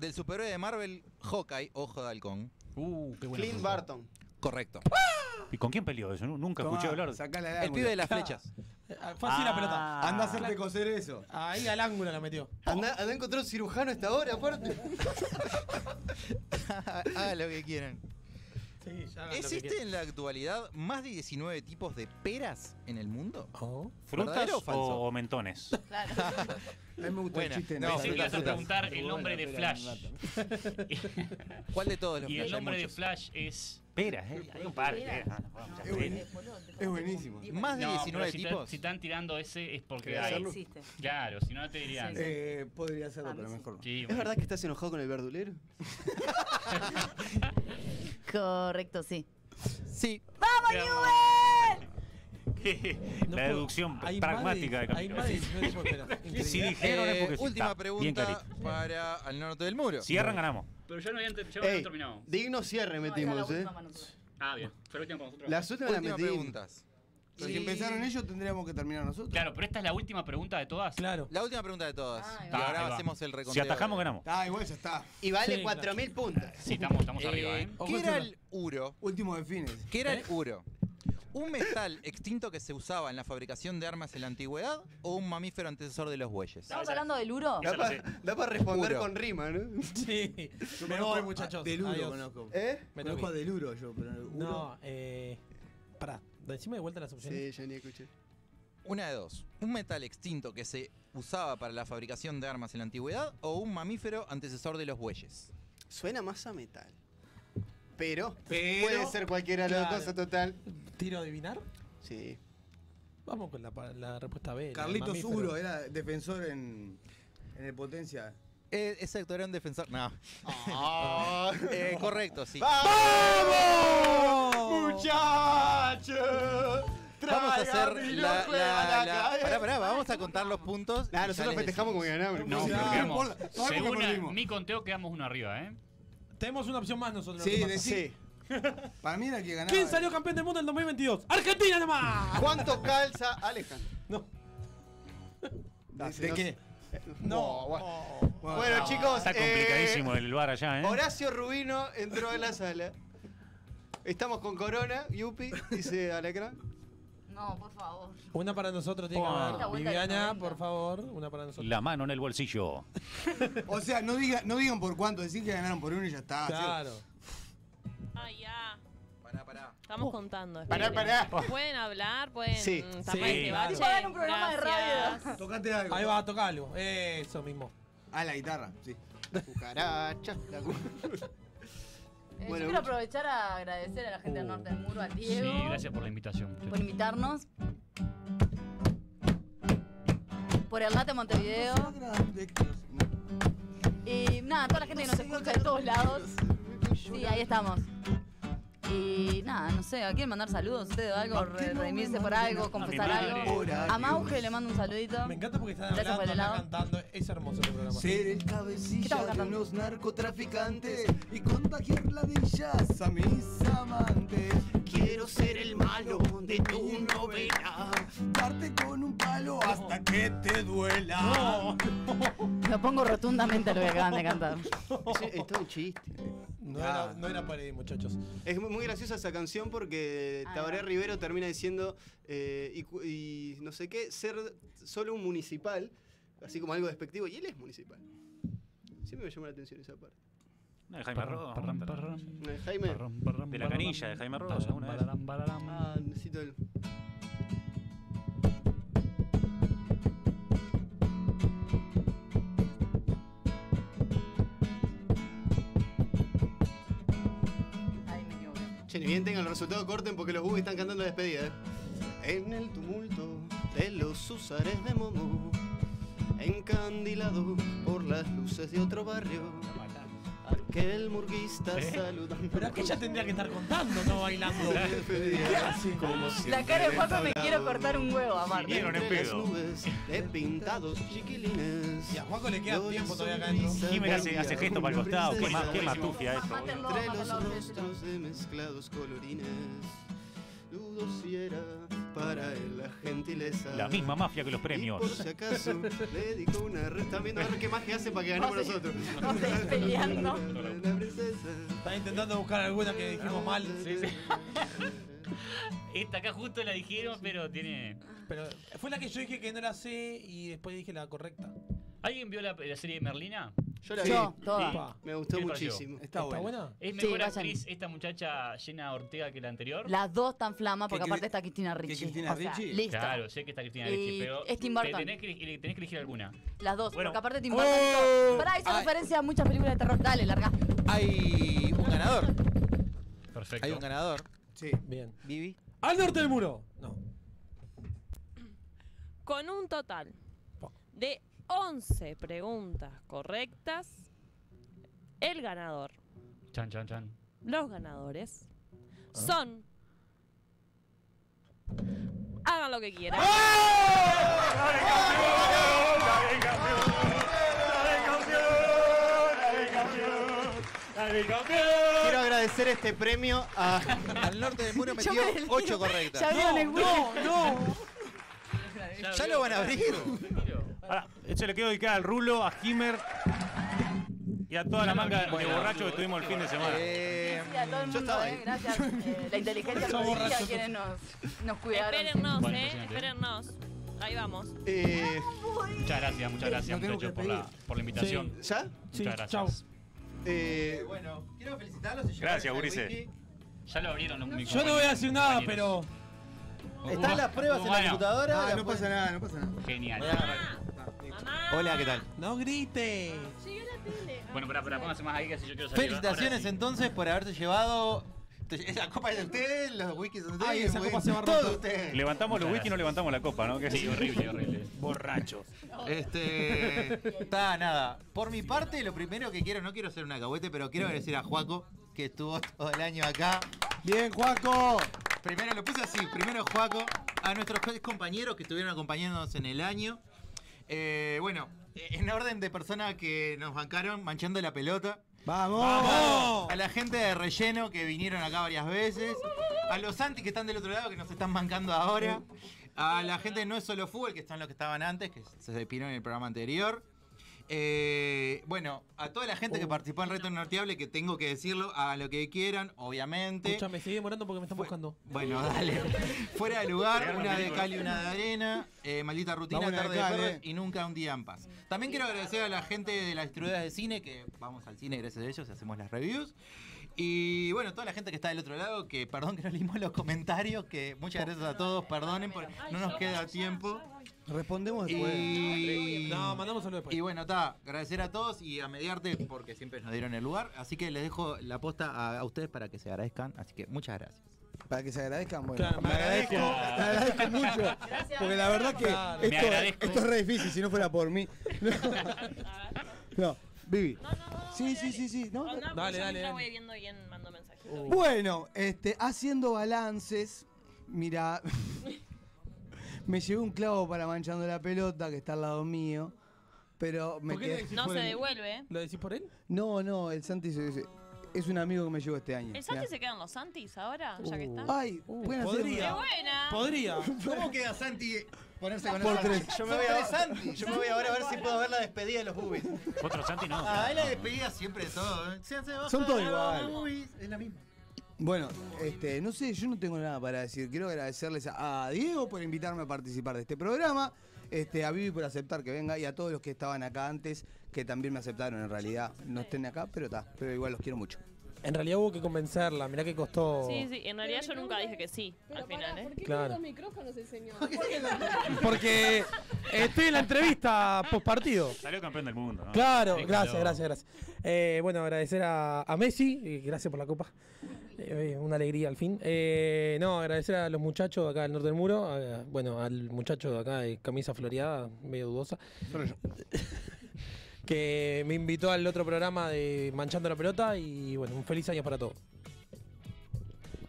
del superhéroe de Marvel Hawkeye, ojo de halcón? Uh, qué buena Clint pregunta. Barton. Correcto. ¿Y con quién peleó eso? Nu- Nunca escuché Tomá, hablar. de- Sacala de El pibe de las flechas. Ah, Fue así la pelota. Anda a hacerte coser eso. Ahí al ángulo la metió. Andá, andá a encontrar un cirujano a esta hora, aparte. Hagan lo que quieran. ¿Existe este en la actualidad más de 19 tipos de peras en el mundo? ¿Frutas ¿Verdadero o, o falso? o mentones? mí me gusta el chiste de No, las sé que frutas. ibas a preguntar el nombre de Buena, Flash. ¿Cuál de todos los Y el Flash? Hay nombre de muchos. Flash es. Peras, ¿eh? Hay un par de Peras. peras. Es Es buenísimo. Más de No, pero 19 si tipos. te- si están tirando ese es porque Creo hay. que existe. Claro, si no te dirían. Eh, podría Ah, serlo, pero mejor no. Sí, ¿Es verdad que estás enojado con el verdulero? Correcto, sí. Sí. ¡Vamos, Newell! La deducción pragmática de Camilo. Sí, dijeron es Eh, porque sí, última está bien pregunta clarito. para al norte del muro. Cierran, ganamos. Pero ya no habían ya Ey, habían terminado. digno cierre metimos, ¿eh? Ah, bien. Fue la última para nosotros. Las últimas las metimos. Si empezaron ellos, tendríamos que terminar nosotros. Claro, pero esta es la última pregunta de todas. Claro. La última pregunta de todas. ahí y va. Ahí ahora va. hacemos el Si reconteo. atajamos, de- ganamos. Ah, igual ya está. Y vale 4.000 puntos. Sí, estamos, estamos arriba, ¿eh? Eh, ¿Qué era el uro? Último de fines. ¿Qué era ¿Eh? el uro? ¿Un metal extinto que se usaba en la fabricación de armas en la antigüedad o un mamífero antecesor de los bueyes? ¿Estamos hablando del Uro? Da para responder Juro. con rima, ¿no? Sí. Yo me voy, muchachos. Del Uro Adiós. conozco. ¿Eh? Me conozco tengo que del Uro yo, pero. No, eh. Pará, decime de vuelta las Sí, opciones. yo ni escuché. Una de dos. ¿Un metal extinto que se usaba para la fabricación de armas en la antigüedad o un mamífero antecesor de los bueyes? Suena más a metal. Pero, Pero- puede ser cualquiera de las Claro. dos cosas total. ¿Tiro a adivinar? Sí. Vamos con la, pa- la respuesta B. la Carlitos eh. mamífero. Uro era defensor en, en el Potencia. Eh, exacto, era un defensor. No. Ah. Eh, correcto, sí. ¡Vamos! ¡Muchachos! Vamos a hacer Traigan mi la, loco la- a la- cabeza. Pará, pará, vamos a contar los puntos. Nah, y ya nosotros les festejamos como ganamos. No, Nah, pero quedamos. importa. Sabemos que Según perdimos. a- mi conteo, quedamos uno arriba, ¿eh? Tenemos una opción más nosotros. Sí, ¿qué pasa? decí. Para mí era el que ganaba. eh. ¿Quién salió campeón del mundo en el 2022? ¡Argentina nomás! ¿Cuánto calza Alejandro? No. ¿De, de qué? No, bueno. Bueno, Bueno, chicos, Está eh, complicadísimo el bar allá, ¿eh? Horacio Rubino entró en la sala. Estamos con Corona, Yupi, dice Alacrán. No, eh, por favor. Una para nosotros tiene Pua. que Esta haber. vuelta de Viviana, 90. por favor, una para nosotros. La mano en el bolsillo. O sea, no, diga, no digan por cuánto, decir que ganaron por uno y ya está. Claro. Ay, ya. Pará, pará. Estamos contando. Uh. Pará, esperen. pará. Pueden hablar, pueden Sí. tapar Sí, este claro. bache. Tipo, hagan un programa de Gracias. radio. Tocate algo. Ahí va, tocalo. Eso mismo. Ah, la guitarra, sí. Cucaracha. la cu- Eh, Bueno, yo quiero mucho- aprovechar a agradecer a la gente del Norte del Muro, a Sí, Diego, gracias por la invitación. por invitarnos. Por el Late Montevideo. Y nada, toda la gente que nos escucha de todos lados. Sí, ahí estamos. Y nada, no sé, ¿a quién mandar saludos? ¿Usted o algo? ¿Por qué Re- no me ¿Redimirse por mandan algo? a- ¿Confesar a mi algo? madre? A Mauge le mando un saludito. Me encanta porque están Gracias hablando, por el están helado. cantando. Es hermoso el programa. Ser el ¿Qué estamos cabecilla de cantando? unos narcotraficantes y contagiar ladillas a mis amantes. Quiero ser el malo de tu novela, darte con un palo hasta que te duela. Lo pongo rotundamente a lo que acaban de cantar. Es, es todo un chiste. No, Ah. era, no era pared, muchachos. Es muy muy graciosa esa canción porque Ah, Tabaré ya. Rivero termina diciendo eh, y, cu- y no sé qué, ser solo un municipal, así como algo despectivo, y él es municipal. Siempre me llama la atención esa parte. No, de Jaime Ross. Eh, Jaime. De la canilla de Jaime Ross, alguna vez. Ah, necesito el. Ahí me equivoqué. Che, ni bien tengan los resultados, corten porque los bubis están cantando la despedida. ¿eh? En el tumulto de los usares de Momo, encandilado por las luces de otro barrio, aquel murguista ¿Eh? saludando. Pero aquella tendría que estar contando, no bailando. La despedida, como La siempre cara de Juaco me hablado. quiero cortar un huevo, aparte. Vinieron en Entre las pedo. nubes de pintados chiquilines. Y a Juaco le queda doy tiempo una todavía acá adentro. sonrisa Jiménez hace, volvía hace gesto para el una costado. Qué, más, princesa. qué matufia esto. Maten- boludo. Entre Roma, los color de rostros de mezclados colorines, Ludo si era para él la gentileza. La misma mafia que los Y por premios. si acaso dedicó una red. Están viendo a ver qué magia hace para que ganemos No sé. nosotros. No sé, peleando. La princesa. Están intentando buscar alguna que dijimos mal. Esta acá justo la dijeron, pero tiene. Pero fue la que yo dije que no era C y después dije la correcta. ¿Alguien vio la, la serie de Merlina? Yo la Sí, vi. toda. y Me gustó ¿Qué te pareció? muchísimo. ¿Es Sí, mejor vayan. actriz esta muchacha llena Ortega que la anterior? Las dos están flamas porque ¿Que aparte está Cristina Ricci. O sea, listo. Claro, sé que está Cristina Y Ricci, pero es Tim te Burton. tenés que, elegir- tenés que elegir alguna. Las dos, Bueno. porque aparte Tim Burton hizo- Pará, hizo referencia a muchas películas de terror. Dale, larga. Hay un ganador. Perfecto. Hay un ganador. Sí. Bien. Vivi. Al norte del muro. No. Con un total de 11 preguntas correctas, el ganador, Chan, chan, chan. los ganadores, son... Hagan lo que quieran. ¡Oh! Quiero agradecer este premio a. Al norte del muro metió 8 correctas. Ya lo van a abrir. Ahora, esto le quiero dedicar al Rulo, a Himer y a toda la manga de borrachos que tuvimos el fin de semana. Gracias a todo el mundo, eh, gracias. eh, la inteligencia Somos artificial rasos. quienes nos, nos cuidaron. Espérennos, Bueno, eh, impresionante. espérennos. Ahí vamos. Eh, Muchas gracias, muchas gracias, muchachos, por la, por la invitación. ¿Ya? Muchas gracias. Eh, Eh, bueno, quiero felicitarlos. Gracias, Gurice. Ya lo abrieron los micrófonos. Yo no voy a decir nada, pero. ¿Están las pruebas en la computadora? Ah, ¿Las no pueden- pasa nada, no pasa nada. Genial. Ah, Hola, ¿qué tal? No grite. Bueno, pará, pará, pónganse más ahí que así yo quiero salir. Felicitaciones entonces por haberte lleado. Esa copa es de ustedes, los wikis son de ustedes. Ay, esa güey, copa se va a todo romper. de ustedes. Levantamos los Muchas wiki y no levantamos la copa, ¿no? Que Sí, horrible, horrible. Borracho. Este. Está, nada. Por mi parte, lo primero que quiero, no quiero ser un acahuete, pero quiero agradecer a Juaco, que estuvo todo el año acá. Bien, Juaco. Primero lo puse así, primero Juaco, a nuestros tres compañeros que estuvieron acompañándonos en el año. Eh, bueno, en orden de personas que nos bancaron manchando la pelota. ¡Vamos! A la gente de relleno que vinieron acá varias veces. A los antis que están del otro lado que nos están bancando ahora. A la gente de No es solo fútbol, que están los que estaban antes, que se despidieron en el programa anterior. Eh, bueno, a toda la Oh. gente que participó en Reto Norteable, que tengo que decirlo, a lo que quieran, obviamente. Escuchame, seguí demorando porque me están buscando. Bueno, dale. Fuera de lugar, una de cal y una de arena. eh, maldita rutina, Vamos a la tarde de cal, perros eh. y nunca un día en paz. También quiero agradecer a la gente de las distribuidoras de cine, que vamos al cine gracias a ellos y hacemos las reviews. Y bueno, toda la gente que está del otro lado, que perdón que no leímos los comentarios, que muchas gracias a todos, perdonen, por- no nos queda tiempo. Respondemos después. Y... No, mandamos saludos después. Y bueno, está, agradecer a todos y a Mediarte porque siempre nos dieron el lugar. Así que les dejo la posta a, a ustedes para que se agradezcan. Así que muchas gracias. Para que se agradezcan, bueno. Claro, me me agradezco, me agradezco. agradezco mucho. Gracias. Porque la verdad que Claro. Me esto, agradezco. esto es re difícil, si no fuera por mí. No, No, Vivi. Sí, sí, sí, sí. no, no. Dale, dale. Yo voy viendo y en- mando mensajitos. Bueno, este, haciendo balances, mira, me llevé un clavo para manchando la pelota que está al lado mío, pero me ¿Por qué le quedé- decís No por se él? devuelve, ¿eh? ¿Lo decís por él? No, no, el Santi se- se- es un amigo que me llevó este año. ¿El Santi mirá. se quedan los Santis ahora? Ya que Uh. están. Ay, buena ¡Qué serie. buena! Podría. ¿Cómo queda Santi ponerse con Por esa- tres. Yo me, voy ahora, yo me voy ahora a ver si puedo ver la despedida de los bubis. Otro Santi no. Ah, es la despedida siempre de todo. ¿eh? Se hace baja Son todos de la- iguales. Uy, Es la misma. Bueno, este, no sé, yo no tengo nada para decir. Quiero agradecerles a, a Diego por invitarme a participar de este programa, este, a Vivi por aceptar que venga y a todos los que estaban acá antes, que también me aceptaron en realidad. No estén acá, pero está, pero igual los quiero mucho. En realidad hubo que convencerla, mirá que costó. Sí, sí, en realidad yo nunca dije que sí, al final, ¿eh? ¿Por qué Claro. tiene dos micrófonos el señor? Porque eh, estoy en la entrevista post partido. Salió campeón del mundo, ¿no? Claro, Sí, gracias, claro. gracias, gracias. Eh, bueno, agradecer a, a Messi, eh, gracias por la copa. Eh, eh, una alegría al fin. Eh, no, agradecer a los muchachos de acá del norte del muro. a- bueno, al muchacho de acá de camisa floreada, medio dudosa. que me invitó al otro programa de Manchando la Pelota y bueno, un feliz año para todos.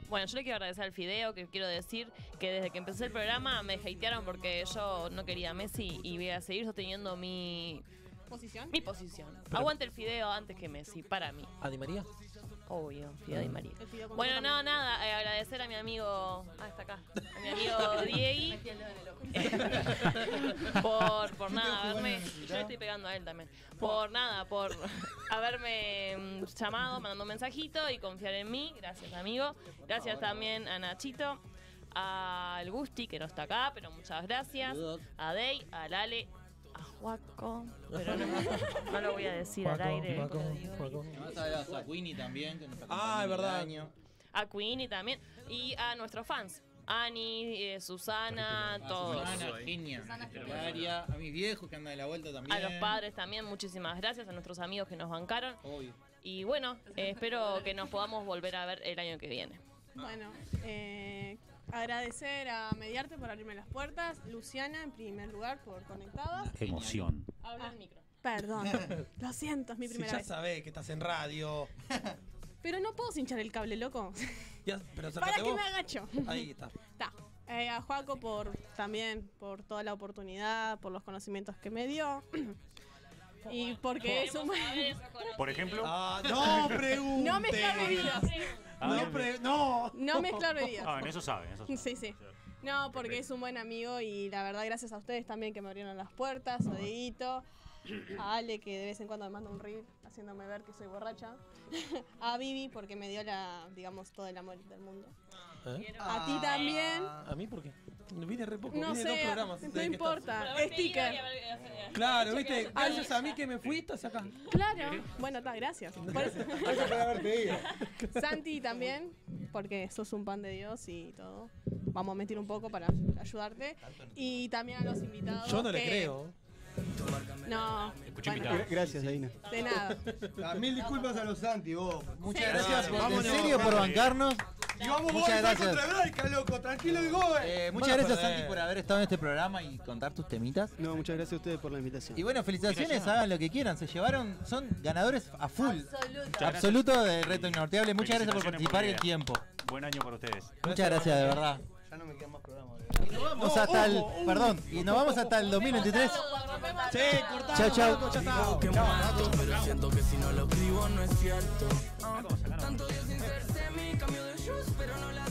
Bueno, yo le quiero agradecer al Fideo, que quiero decir que desde que empecé el programa me hatearon porque yo no quería a Messi y voy a seguir sosteniendo mi ¿Posición? Mi posición. Pero- Aguante el Fideo antes que Messi, para mí. ¿A Di María? Obvio, Fideo Di María. El fideo con Bueno, nosotros no, nada, eh, agradecer a mi amigo. Ah, está acá. A mi amigo Diegui. por, por nada, haberme. Yo le estoy pegando a él también. Por nada, por haberme mm, llamado, mandando un mensajito y confiar en mí. Gracias, amigo. Gracias también a Nachito, al Gusti, que no está acá, pero muchas gracias. A Dey, a Lale, a Guaco. Pero no, no lo voy a decir al aire. Además, a Saquini también. Que nos Ah, acompaña es verdad. en el año. A Queenie también. Y a nuestros fans. Ani, eh, Ah, Susana, A todos. Susana, Genia, Candelaria, a mis viejos que andan de la vuelta también. A los padres también, muchísimas gracias. A nuestros amigos que nos bancaron. Obvio. Y bueno, eh, espero que nos podamos volver a ver el año que viene. Bueno, eh, agradecer a Mediarte por abrirme las puertas, Luciana en primer lugar por conectadas. Emoción. Habla al micro. Perdón, lo siento, es mi Si primera ya vez. sabés que estás en radio. Pero no puedo hinchar el cable, loco. Ya- pero Para sacate que vos. me agacho. Ahí está. Ta. Eh, a Joaco por también por toda la oportunidad, por los conocimientos que me dio. y porque es un Por ejemplo. no preguntes. No mezclar bebidas. Ah, bien, bien. no. No mezclar bebidas. Ah, en eso sabe. en eso sabe. Sí, sí. No, porque es un buen amigo y la verdad gracias a ustedes también que me abrieron las puertas, a Dieguito, a Ale que de vez en cuando me manda un reel haciéndome ver que soy borracha, a Vivi porque me dio la, digamos, todo el amor del mundo. ¿Eh? A ti también. ¿A mí por qué? Vine re poco, No vine dos sé, programas. no desde que importa, estás. sticker. Claro, viste, gracias a mí que me fui, estás acá. Claro, bueno, está, gracias. Por eso- Gracias por haberte ido. Santi también, porque sos un pan de Dios y todo. Vamos a mentir un poco para ayudarte. Y también a los invitados. Yo no le que- creo. No, Gra- Gracias, Daina. de nada. Ah, Mil disculpas a los Santi, vos. Muchas Sí. gracias, por, en Vámonos. serio, por bancarnos. Y vamos, Muchas muchas gracias. gracias. contra Braica, loco. Tranquilo y gobe. Eh, muchas gracias, Santi, por haber estado en este programa y contar tus temitas. No, muchas gracias a ustedes por la invitación. Y bueno, felicitaciones, hagan lo que quieran. Se llevaron, son ganadores a full. Muchas gracias. Absoluto de Reto Ignorteable. Muchas gracias por Felicitaciones participar y el vida. tiempo. Buen año para ustedes. Muchas gracias, de verdad. Ya no me quedan más programas. Vamos hasta el. Perdón, y nos vamos hasta el 2023. Sí, Chao, chao. cortado. que mato, pero siento que si no lo escribo no es cierto. Ah, Tanto Dios inserté mi cambio de shoes, pero no la